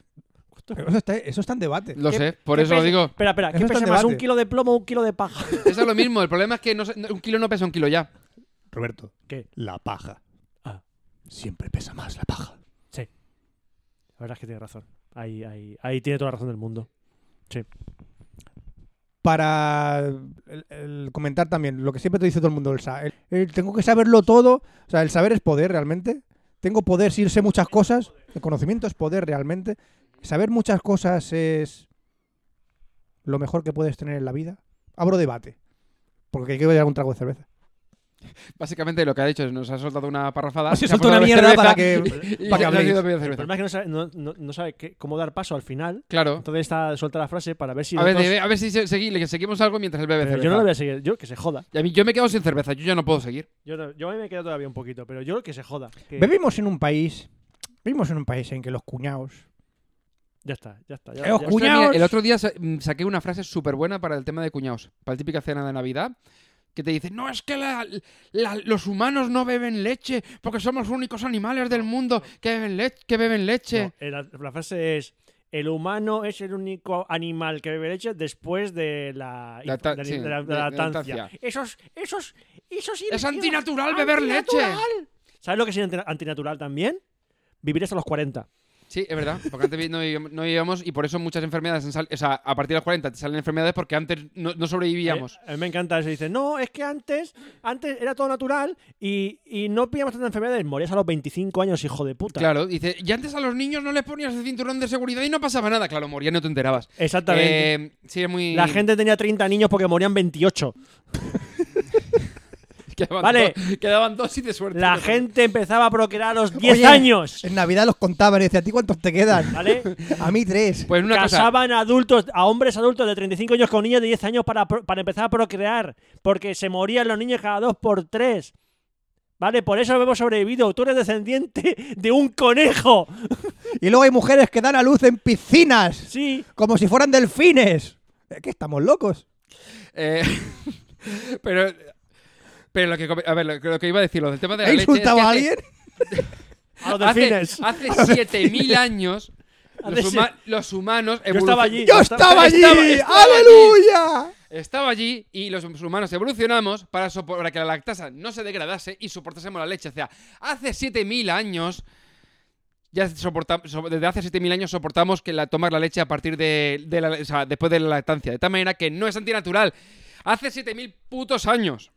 [SPEAKER 2] Pero eso está, eso está en debate.
[SPEAKER 3] Lo
[SPEAKER 1] ¿Qué-
[SPEAKER 3] sé, por
[SPEAKER 1] ¿Qué
[SPEAKER 3] eso lo
[SPEAKER 1] pesa-
[SPEAKER 3] digo.
[SPEAKER 1] Espera, espera, ¿qué
[SPEAKER 2] Eso está en
[SPEAKER 1] pesa más? ¿Un
[SPEAKER 2] debate.
[SPEAKER 1] kilo de plomo o un kilo de paja?
[SPEAKER 3] Eso es lo mismo. El problema es que no sé- no- un kilo no pesa un kilo ya.
[SPEAKER 2] Roberto,
[SPEAKER 1] ¿Qué?
[SPEAKER 2] la paja.
[SPEAKER 1] Ah.
[SPEAKER 2] Siempre pesa más la paja.
[SPEAKER 1] La verdad es que tiene razón. Ahí, ahí, ahí tiene toda la razón del mundo.
[SPEAKER 2] Para el- el comentar también lo que siempre te dice todo el mundo, el, sa- el- el tengo que saberlo todo. O sea, el saber es poder realmente. Tengo poder, sí sé muchas cosas. El conocimiento es poder realmente. Saber muchas cosas es lo mejor que puedes tener en la vida. Abro debate. Porque hay que beber un trago de cerveza.
[SPEAKER 3] Básicamente lo que ha dicho es nos ha soltado una parrafada.
[SPEAKER 2] Así
[SPEAKER 3] se ha
[SPEAKER 2] soltó una
[SPEAKER 3] puesto
[SPEAKER 2] mierda
[SPEAKER 3] cerveza
[SPEAKER 2] para que-
[SPEAKER 3] y- y
[SPEAKER 2] para que
[SPEAKER 3] se ha
[SPEAKER 2] habléis.
[SPEAKER 3] ido a pedir
[SPEAKER 1] El
[SPEAKER 3] cerveza.
[SPEAKER 1] problema es que no sabe, no, no- no sabe qué- cómo dar paso al final.
[SPEAKER 3] Claro.
[SPEAKER 1] Entonces está suelta la frase para ver si.
[SPEAKER 3] A ver,
[SPEAKER 1] nosotros-
[SPEAKER 3] de- a ver si se- segui- le seguimos algo mientras él bebe
[SPEAKER 1] Pero
[SPEAKER 3] cerveza.
[SPEAKER 1] yo no lo voy a seguir. Yo que se joda.
[SPEAKER 3] Y a mí- yo me he quedado sin cerveza, yo ya no puedo seguir.
[SPEAKER 1] Yo, no- yo a mí me quedo todavía un poquito, pero yo que se joda. que-
[SPEAKER 2] Vivimos en un país. Vivimos en un país en que los cuñados.
[SPEAKER 1] Ya está, ya está. ya-
[SPEAKER 2] Eh, os
[SPEAKER 1] ya-
[SPEAKER 2] cu-
[SPEAKER 3] Hostia, mira,
[SPEAKER 2] Cuñaos.
[SPEAKER 3] el otro día sa- mm, saqué una frase súper buena para el tema de cuñados, para la típica cena de Navidad, que te dice, no, es que la- la- los humanos no beben leche, porque somos los únicos animales del mundo que beben, le- que beben leche.
[SPEAKER 1] No, eh, la, la frase es: el humano es el único animal que bebe leche después de la,
[SPEAKER 3] La ta-
[SPEAKER 1] de la-
[SPEAKER 3] sí,
[SPEAKER 1] de la- de
[SPEAKER 3] de-
[SPEAKER 1] la
[SPEAKER 3] de la
[SPEAKER 1] lactancia.
[SPEAKER 3] lactancia.
[SPEAKER 1] Esos, esos, esos.
[SPEAKER 3] es antinatural beber leche.
[SPEAKER 1] ¿Sabes lo que es anti- antinatural también? Vivir hasta los 40.
[SPEAKER 3] Sí, es verdad, porque antes vi- no vivíamos, no vivíamos y por eso muchas enfermedades, han sal- o sea, a partir de los 40 te salen enfermedades porque antes no, no sobrevivíamos.
[SPEAKER 1] Eh, a mí me encanta eso. Dice, no, es que antes, antes era todo natural y, y no pillamos tantas enfermedades. Morías a los 25 años, hijo de puta.
[SPEAKER 3] Claro, dice, y antes a los niños no les ponías el cinturón de seguridad y no pasaba nada. Claro, morían, no te enterabas.
[SPEAKER 1] Exactamente.
[SPEAKER 3] Eh, sí, es muy...
[SPEAKER 1] La gente tenía 30 niños porque morían 28.
[SPEAKER 3] [LAUGHS] Quedaban,
[SPEAKER 1] Vale.
[SPEAKER 3] dos, quedaban dos y de suerte.
[SPEAKER 1] La gente empezaba a procrear a
[SPEAKER 3] [LAUGHS]
[SPEAKER 1] los 10
[SPEAKER 2] Oye,
[SPEAKER 1] años.
[SPEAKER 2] En Navidad los contaban y decían, ¿a ti cuántos te quedan?
[SPEAKER 1] ¿Vale?
[SPEAKER 2] A mí tres.
[SPEAKER 3] Pues una cosa,
[SPEAKER 1] Casaban a adultos, a hombres adultos de 35 años con niños de 10 años para, pro- para empezar a procrear. Porque se morían los niños cada dos por tres. ¿Vale? Por eso hemos sobrevivido. Tú eres descendiente de un conejo.
[SPEAKER 2] Y luego hay mujeres que dan a luz en piscinas,
[SPEAKER 1] Sí.
[SPEAKER 2] como si fueran delfines. ¿Eh, ¿Qué estamos locos?
[SPEAKER 3] eh, [LAUGHS] pero, pero lo que com- a ver, lo, que- lo que iba a decir, lo del tema de la
[SPEAKER 2] ¿He
[SPEAKER 3] leche es
[SPEAKER 2] insultado
[SPEAKER 3] que
[SPEAKER 2] a
[SPEAKER 3] hace- [LAUGHS]
[SPEAKER 2] alguien?
[SPEAKER 1] A los delfines.
[SPEAKER 3] Hace,
[SPEAKER 1] [LAUGHS]
[SPEAKER 3] hace 7000 años
[SPEAKER 1] Hace
[SPEAKER 3] los, huma- los humanos
[SPEAKER 1] Yo estaba
[SPEAKER 3] evolucion-
[SPEAKER 1] allí.
[SPEAKER 2] ¡Yo estaba allí!
[SPEAKER 3] estaba- estaba
[SPEAKER 2] ¡Aleluya!
[SPEAKER 3] Estaba allí y los humanos evolucionamos para, sopo- para que la lactasa no se degradase y soportásemos la leche. O sea, hace 7000 años. Ya soporta- so- desde hace 7000 años soportamos que la tomar la leche a partir de, de la, o sea, después de la lactancia. De tal manera que no es antinatural. Hace 7000 putos años.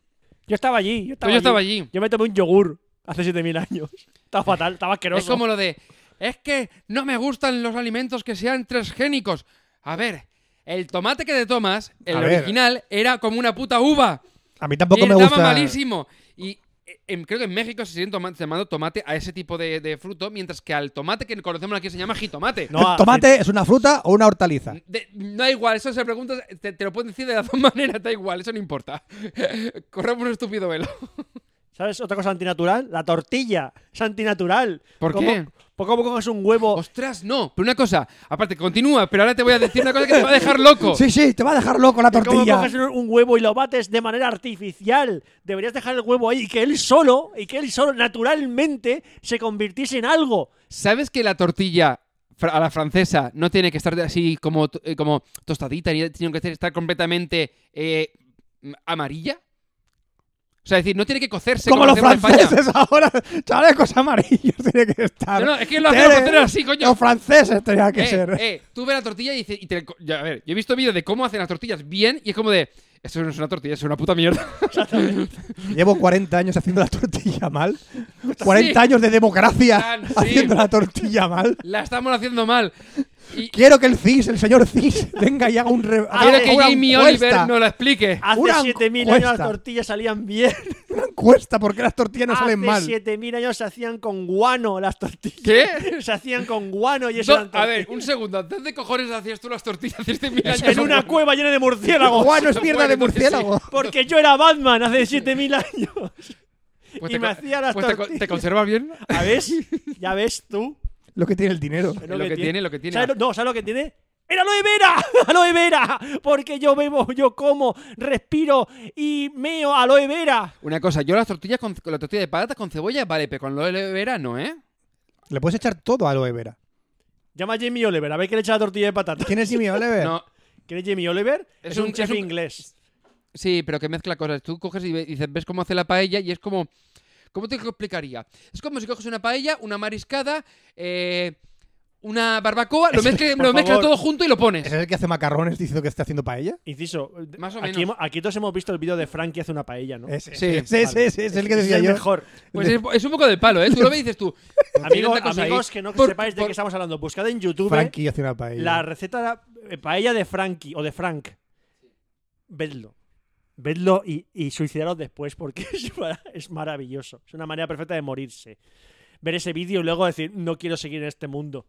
[SPEAKER 1] Yo estaba allí. Yo
[SPEAKER 3] Pues Yo
[SPEAKER 1] estaba, allí.
[SPEAKER 3] estaba allí.
[SPEAKER 1] Yo me tomé un yogur hace 7000 años. Estaba fatal, estaba asqueroso.
[SPEAKER 3] Es como lo de. Es que no me gustan los alimentos que sean transgénicos. A ver, el tomate que te tomas, el
[SPEAKER 2] A ver.
[SPEAKER 3] original, era como una puta uva.
[SPEAKER 2] A mí tampoco
[SPEAKER 3] y
[SPEAKER 2] me
[SPEAKER 3] estaba
[SPEAKER 2] gusta.
[SPEAKER 3] malísimo. Y eh, en- creo que en México se siguen toma- llamando tomate a ese tipo de, de fruto, mientras que al tomate que conocemos aquí se llama jitomate.
[SPEAKER 1] No, a-
[SPEAKER 2] ¿Tomate es una fruta o una hortaliza?
[SPEAKER 3] De- no da igual, eso se pregunta, te, te lo pueden decir de las [LAUGHS] dos maneras, da igual, eso no importa. [LAUGHS] Corremos un estúpido velo.
[SPEAKER 1] ¿Sabes otra cosa antinatural? La tortilla. Es antinatural.
[SPEAKER 3] ¿Por
[SPEAKER 1] ¿Cómo-
[SPEAKER 3] qué?
[SPEAKER 1] ¿Por cómo coges un
[SPEAKER 2] Oh.
[SPEAKER 1] huevo?
[SPEAKER 3] Ostras, no, pero una cosa, aparte, continúa, pero ahora te voy a decir una cosa que te va a
[SPEAKER 2] [LAUGHS]
[SPEAKER 3] dejar loco.
[SPEAKER 2] Sí, sí, te va a dejar loco la
[SPEAKER 1] ¿Cómo
[SPEAKER 2] tortilla.
[SPEAKER 1] coges un- un huevo y lo bates de manera artificial? Deberías dejar el huevo ahí y que él solo, y que él solo naturalmente se convirtiese en algo.
[SPEAKER 3] ¿Sabes que la tortilla fra- a la francesa no tiene que estar así como, to- eh, como tostadita, ni tiene que estar completamente eh, m- amarilla? O sea, es decir, no tiene que cocerse
[SPEAKER 2] Como los
[SPEAKER 3] hacemos en España.
[SPEAKER 2] franceses [LAUGHS] ahora. Chalecos amarillos [LAUGHS] tiene que estar.
[SPEAKER 3] No, no, es que lo hacemos
[SPEAKER 2] Tiene-
[SPEAKER 3] cocer así, coño.
[SPEAKER 2] Los franceses tenían que
[SPEAKER 3] eh,
[SPEAKER 2] ser.
[SPEAKER 3] eh, tú ves la tortilla y, dices- y te, co- ya, a ver, yo he visto vídeos de cómo hacen las tortillas bien y es como de, eso no es una tortilla, eso es una puta mierda. [LAUGHS]
[SPEAKER 2] Llevo 40 años haciendo la tortilla mal. 40
[SPEAKER 3] [LAUGHS] Sí.
[SPEAKER 2] años de democracia
[SPEAKER 3] Tan, sí.
[SPEAKER 2] haciendo la tortilla mal.
[SPEAKER 3] La estamos haciendo mal. Y
[SPEAKER 2] Quiero que el CIS, el señor CIS, [LAUGHS] venga y haga un. re-
[SPEAKER 1] Ah,
[SPEAKER 3] quiero
[SPEAKER 2] haga
[SPEAKER 3] que
[SPEAKER 2] una Ah,
[SPEAKER 3] Jamie
[SPEAKER 2] encuesta,
[SPEAKER 3] Oliver nos la explique.
[SPEAKER 1] Hace
[SPEAKER 2] Una
[SPEAKER 1] 7000 años las
[SPEAKER 2] encuesta.
[SPEAKER 1] tortillas salían bien.
[SPEAKER 2] Una encuesta, porque las tortillas [LAUGHS] no
[SPEAKER 1] Hace
[SPEAKER 2] salen mal.
[SPEAKER 1] 7000 años se hacían con guano las tortillas.
[SPEAKER 3] ¿Qué?
[SPEAKER 1] Se hacían con guano y eso
[SPEAKER 3] Do-
[SPEAKER 1] eran
[SPEAKER 3] a ver,
[SPEAKER 1] tortillas.
[SPEAKER 3] un segundo. ¿Dónde cojones hacías tú las tortillas de este mil años?
[SPEAKER 1] en una cueva llena de murciélagos.
[SPEAKER 2] Guano es mierda
[SPEAKER 3] Bueno,
[SPEAKER 2] de
[SPEAKER 3] entonces
[SPEAKER 2] murciélago.
[SPEAKER 1] Porque yo era Batman hace 7000
[SPEAKER 2] [LAUGHS]
[SPEAKER 1] años.
[SPEAKER 3] Pues
[SPEAKER 1] y
[SPEAKER 3] te
[SPEAKER 1] me
[SPEAKER 3] co-
[SPEAKER 1] hacía las
[SPEAKER 3] pues te co-
[SPEAKER 1] tortillas.
[SPEAKER 3] ¿Te conservas bien?
[SPEAKER 1] ¿Ya ves? ¿Ya ves tú?
[SPEAKER 2] Lo que tiene el dinero.
[SPEAKER 1] Es
[SPEAKER 3] Lo que tiene, lo que tiene.
[SPEAKER 1] ¿Sabes lo- no, ¿sabes lo que tiene? ¡Era aloe vera! [LAUGHS] ¡Aloe vera! Porque yo bebo, yo como, respiro y meo aloe vera.
[SPEAKER 3] Una cosa, yo las tortillas con, con la tortilla de patatas con cebolla, vale, pero con lo de verano, ¿eh?
[SPEAKER 2] Le puedes echar todo a aloe vera.
[SPEAKER 1] Llama a Jamie Oliver, a ver qué le echa la tortilla de patata.
[SPEAKER 2] ¿Quién
[SPEAKER 1] [LAUGHS]
[SPEAKER 2] es Jimmy
[SPEAKER 1] Eh.
[SPEAKER 2] Oliver?
[SPEAKER 3] No,
[SPEAKER 1] ¿Quién es Jamie Oliver? Es,
[SPEAKER 3] Es
[SPEAKER 1] un,
[SPEAKER 3] un-
[SPEAKER 1] chef
[SPEAKER 3] es un-
[SPEAKER 1] inglés.
[SPEAKER 3] sí, pero que mezcla cosas. Tú coges y ve- y dices, ves cómo hace la paella y es como. ¿Cómo te lo explicaría? Es como si coges una paella, una mariscada, eh, una barbacoa, lo
[SPEAKER 1] Eso,
[SPEAKER 3] mezclas
[SPEAKER 1] por
[SPEAKER 3] lo mezclas
[SPEAKER 1] favor. Eh,
[SPEAKER 3] todo junto y lo pones.
[SPEAKER 2] ¿Es el que hace macarrones diciendo que está haciendo paella?
[SPEAKER 1] Inciso, eh,
[SPEAKER 3] Más o
[SPEAKER 1] aquí, hemo-
[SPEAKER 3] menos.
[SPEAKER 1] aquí todos hemos visto el vídeo de Frankie hace una paella, ¿no?
[SPEAKER 2] Ese,
[SPEAKER 3] Sí,
[SPEAKER 2] ese, ese,
[SPEAKER 1] vale.
[SPEAKER 2] ese es el que
[SPEAKER 1] Ese
[SPEAKER 2] decía yo.
[SPEAKER 1] mejor.
[SPEAKER 3] Pues es, es un poco de palo, ¿eh? Tú lo ves y dices tú. tiene
[SPEAKER 1] Amigos,
[SPEAKER 3] otra cosa ahí.
[SPEAKER 1] amigos que no
[SPEAKER 3] Por-
[SPEAKER 1] sepáis de
[SPEAKER 3] por-
[SPEAKER 1] qué estamos hablando, buscad en YouTube ¿eh?
[SPEAKER 2] Frankie hace una paella.
[SPEAKER 1] la receta eh, paella de Frankie o de Frank. Vedlo. Vedlo y, y suicidaros después porque [LAUGHS] es, mara- es maravilloso. Es una manera perfecta de morirse. Ver ese vídeo y luego decir, no quiero seguir en este mundo.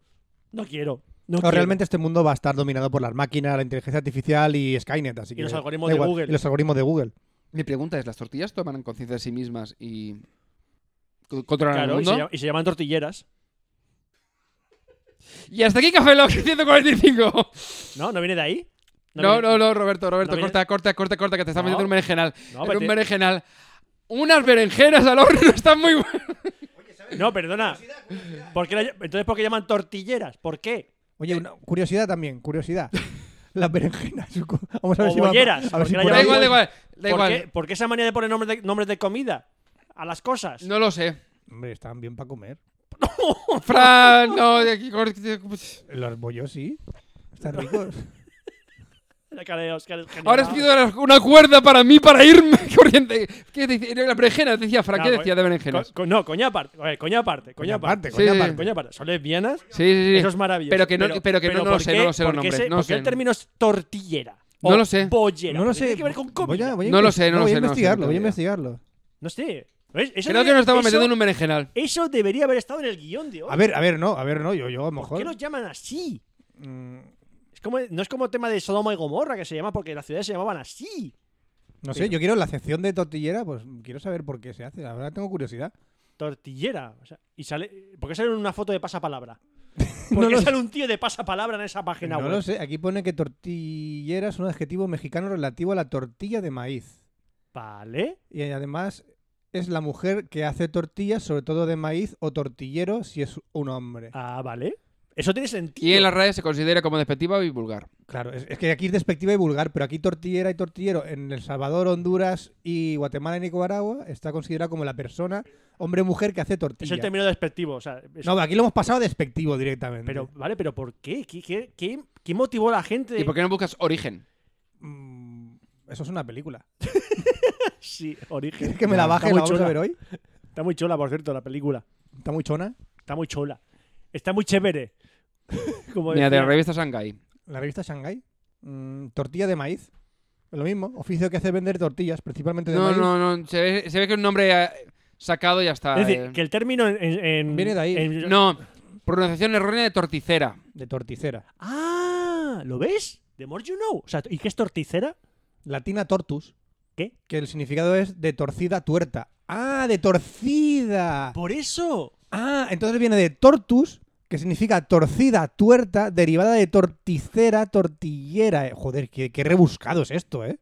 [SPEAKER 1] No quiero. No
[SPEAKER 2] O
[SPEAKER 1] quiero".
[SPEAKER 2] realmente este mundo va a estar dominado por las máquinas, la inteligencia artificial y Skynet, así
[SPEAKER 1] Y
[SPEAKER 2] que
[SPEAKER 1] los algoritmos
[SPEAKER 2] da
[SPEAKER 1] de
[SPEAKER 2] igual.
[SPEAKER 1] Google.
[SPEAKER 2] Y los algoritmos de Google.
[SPEAKER 3] Mi pregunta es: ¿las tortillas toman conciencia de sí mismas y. co- controlan el
[SPEAKER 1] Claro, y
[SPEAKER 3] mundo?
[SPEAKER 1] se, llama- y se llaman tortilleras.
[SPEAKER 3] Y hasta aquí Café Lock [LAUGHS] 145.
[SPEAKER 1] No, no viene de ahí.
[SPEAKER 3] No,
[SPEAKER 1] viene-
[SPEAKER 3] no, no, Roberto, Roberto,
[SPEAKER 1] viene-
[SPEAKER 3] corta, corta, corta, corta, que te estás
[SPEAKER 1] No.
[SPEAKER 3] metiendo en un berenjenal.
[SPEAKER 1] No,
[SPEAKER 3] En
[SPEAKER 1] pero
[SPEAKER 3] un
[SPEAKER 1] te-
[SPEAKER 3] berenjenal. Unas berenjenas al horno [LAUGHS] están muy buenas.
[SPEAKER 1] no, perdona. ¿Por qué la ll- entonces, ¿por qué llaman tortilleras? ¿por qué?
[SPEAKER 2] Oye, una curiosidad
[SPEAKER 1] [LAUGHS]
[SPEAKER 2] también, curiosidad. Las berenjenas. Vamos a ver
[SPEAKER 1] O
[SPEAKER 2] si va-
[SPEAKER 1] bolleras,
[SPEAKER 2] a
[SPEAKER 1] porque
[SPEAKER 2] ver si
[SPEAKER 1] la
[SPEAKER 2] por
[SPEAKER 1] llaman
[SPEAKER 3] Da
[SPEAKER 2] ahí-
[SPEAKER 3] igual, da igual, da
[SPEAKER 1] ¿Por,
[SPEAKER 3] igual.
[SPEAKER 1] Qué, por qué esa manía de poner nombres de, nombres de comida a las cosas?
[SPEAKER 3] No lo sé.
[SPEAKER 2] Hombre, están bien para comer.
[SPEAKER 3] Fran, no, de aquí pues, corta.
[SPEAKER 2] Los bollos sí.
[SPEAKER 1] [LAUGHS]
[SPEAKER 2] Están ricos.
[SPEAKER 1] La cara de Óscar es genial.
[SPEAKER 3] Ahora os pido una- una cuerda para mí para irme [LAUGHS] corriendo. ¿Qué decía? Era La berenjena, decía Fran,
[SPEAKER 1] No,
[SPEAKER 3] ¿qué
[SPEAKER 1] co-
[SPEAKER 3] decía de
[SPEAKER 1] Co-
[SPEAKER 3] berenjenas?
[SPEAKER 1] co- no, coña aparte. A ver, coña aparte. Coña aparte.
[SPEAKER 3] Sí,
[SPEAKER 2] coña
[SPEAKER 3] sí.
[SPEAKER 2] aparte.
[SPEAKER 1] Coña aparte. Son lesbianas.
[SPEAKER 3] Sí, sí, sí.
[SPEAKER 1] Eso es maravilloso.
[SPEAKER 3] Pero que no, pero que no, no
[SPEAKER 1] ¿por
[SPEAKER 3] lo sé,
[SPEAKER 1] qué-
[SPEAKER 3] no lo sé
[SPEAKER 1] por
[SPEAKER 3] los
[SPEAKER 1] qué
[SPEAKER 3] nombres.
[SPEAKER 1] se-
[SPEAKER 3] no,
[SPEAKER 1] ¿Por
[SPEAKER 3] lo
[SPEAKER 1] qué el
[SPEAKER 3] sé.
[SPEAKER 1] término es tortillera?
[SPEAKER 3] No
[SPEAKER 1] O
[SPEAKER 3] lo sé.
[SPEAKER 1] Bollera.
[SPEAKER 2] No lo
[SPEAKER 1] Porque
[SPEAKER 2] sé.
[SPEAKER 1] Tiene que ver con
[SPEAKER 2] Voy
[SPEAKER 1] comida.
[SPEAKER 2] a- voy a
[SPEAKER 3] No lo
[SPEAKER 2] inves-
[SPEAKER 3] sé, no lo
[SPEAKER 2] voy a
[SPEAKER 3] sé, no lo sé,
[SPEAKER 2] investigarlo,
[SPEAKER 3] no
[SPEAKER 2] voy a
[SPEAKER 3] tengo idea.
[SPEAKER 2] investigarlo.
[SPEAKER 1] No sé. ¿Ves? Eso
[SPEAKER 3] Creo que
[SPEAKER 1] debería-
[SPEAKER 3] nos estamos
[SPEAKER 1] eso-
[SPEAKER 3] metiendo en un berenjenal.
[SPEAKER 1] Eso debería haber estado en el guión de hoy.
[SPEAKER 2] A ver, a ver, no, a ver, no, yo, yo a lo
[SPEAKER 1] ¿Por qué
[SPEAKER 2] mejor.
[SPEAKER 1] los llaman así?
[SPEAKER 2] mm,
[SPEAKER 1] Es como, no es como tema de Sodoma y Gomorra que se llama porque las ciudades se llamaban así.
[SPEAKER 2] No sé, yo quiero la sección de tortillera, pues quiero saber por qué se hace. La verdad tengo curiosidad.
[SPEAKER 1] Tortillera. O sea, y sale, ¿Por qué sale una foto de
[SPEAKER 2] [LAUGHS]
[SPEAKER 1] pasapalabra?
[SPEAKER 2] No
[SPEAKER 1] ¿Por qué
[SPEAKER 2] lo
[SPEAKER 1] sale un tío de pasapalabra en esa página
[SPEAKER 2] No
[SPEAKER 1] web?
[SPEAKER 2] lo sé, aquí pone que tortillera es un adjetivo mexicano relativo a la tortilla de maíz.
[SPEAKER 1] Vale.
[SPEAKER 2] Y además es la mujer que hace tortillas, sobre todo de maíz, o tortillero si es un hombre.
[SPEAKER 1] Ah, vale. Eso tiene sentido.
[SPEAKER 3] Y en las redes se considera como despectiva y vulgar.
[SPEAKER 2] Claro, es, es que aquí es despectiva y vulgar, pero aquí tortillera y tortillero en El Salvador, Honduras y Guatemala y Nicaragua está considerada como la persona, hombre o mujer, que hace
[SPEAKER 1] Es
[SPEAKER 2] tortilla.
[SPEAKER 1] el término despectivo. O sea, es-
[SPEAKER 2] No, aquí lo hemos pasado a despectivo directamente.
[SPEAKER 1] pero, vale, pero ¿por qué? ¿Qué, qué, qué- qué motivó a la gente?
[SPEAKER 3] ¿Y por qué no buscas origen?
[SPEAKER 2] Mm, eso es una película.
[SPEAKER 1] [LAUGHS] Sí, origen.
[SPEAKER 2] ¿Quieres que me la
[SPEAKER 1] Está
[SPEAKER 2] baje?
[SPEAKER 1] muy
[SPEAKER 2] ¿La vamos
[SPEAKER 1] chula.
[SPEAKER 2] a ver hoy?
[SPEAKER 1] Está muy chula, por cierto, la película.
[SPEAKER 2] Está muy chona.
[SPEAKER 1] Está muy chula. Está muy chévere. [LAUGHS] Como
[SPEAKER 3] Mira, de la
[SPEAKER 1] decía-
[SPEAKER 3] revista Shanghai.
[SPEAKER 2] La revista Shanghai. Mm, tortilla de maíz. Lo mismo. Oficio que hace vender tortillas, principalmente de
[SPEAKER 3] No,
[SPEAKER 2] maíz.
[SPEAKER 3] no, no. Se ve, se ve que es un nombre eh, sacado y ya está.
[SPEAKER 1] Es
[SPEAKER 3] eh.
[SPEAKER 1] decir, que el término en. en- en-
[SPEAKER 2] Viene de ahí.
[SPEAKER 1] en-
[SPEAKER 3] No, pronunciación errónea de torticera.
[SPEAKER 2] De torticera.
[SPEAKER 1] Ah, ¿lo ves? The more you know. O sea, ¿y qué es torticera?
[SPEAKER 2] Latina tortus.
[SPEAKER 1] ¿Qué?
[SPEAKER 2] Que el significado es de torcida tuerta. ¡Ah, de torcida!
[SPEAKER 1] Por eso.
[SPEAKER 2] Ah, entonces viene de tortus, que significa torcida, tuerta, derivada de torticera, tortillera. Eh, Joder, qué, qué rebuscado es esto, ¿eh?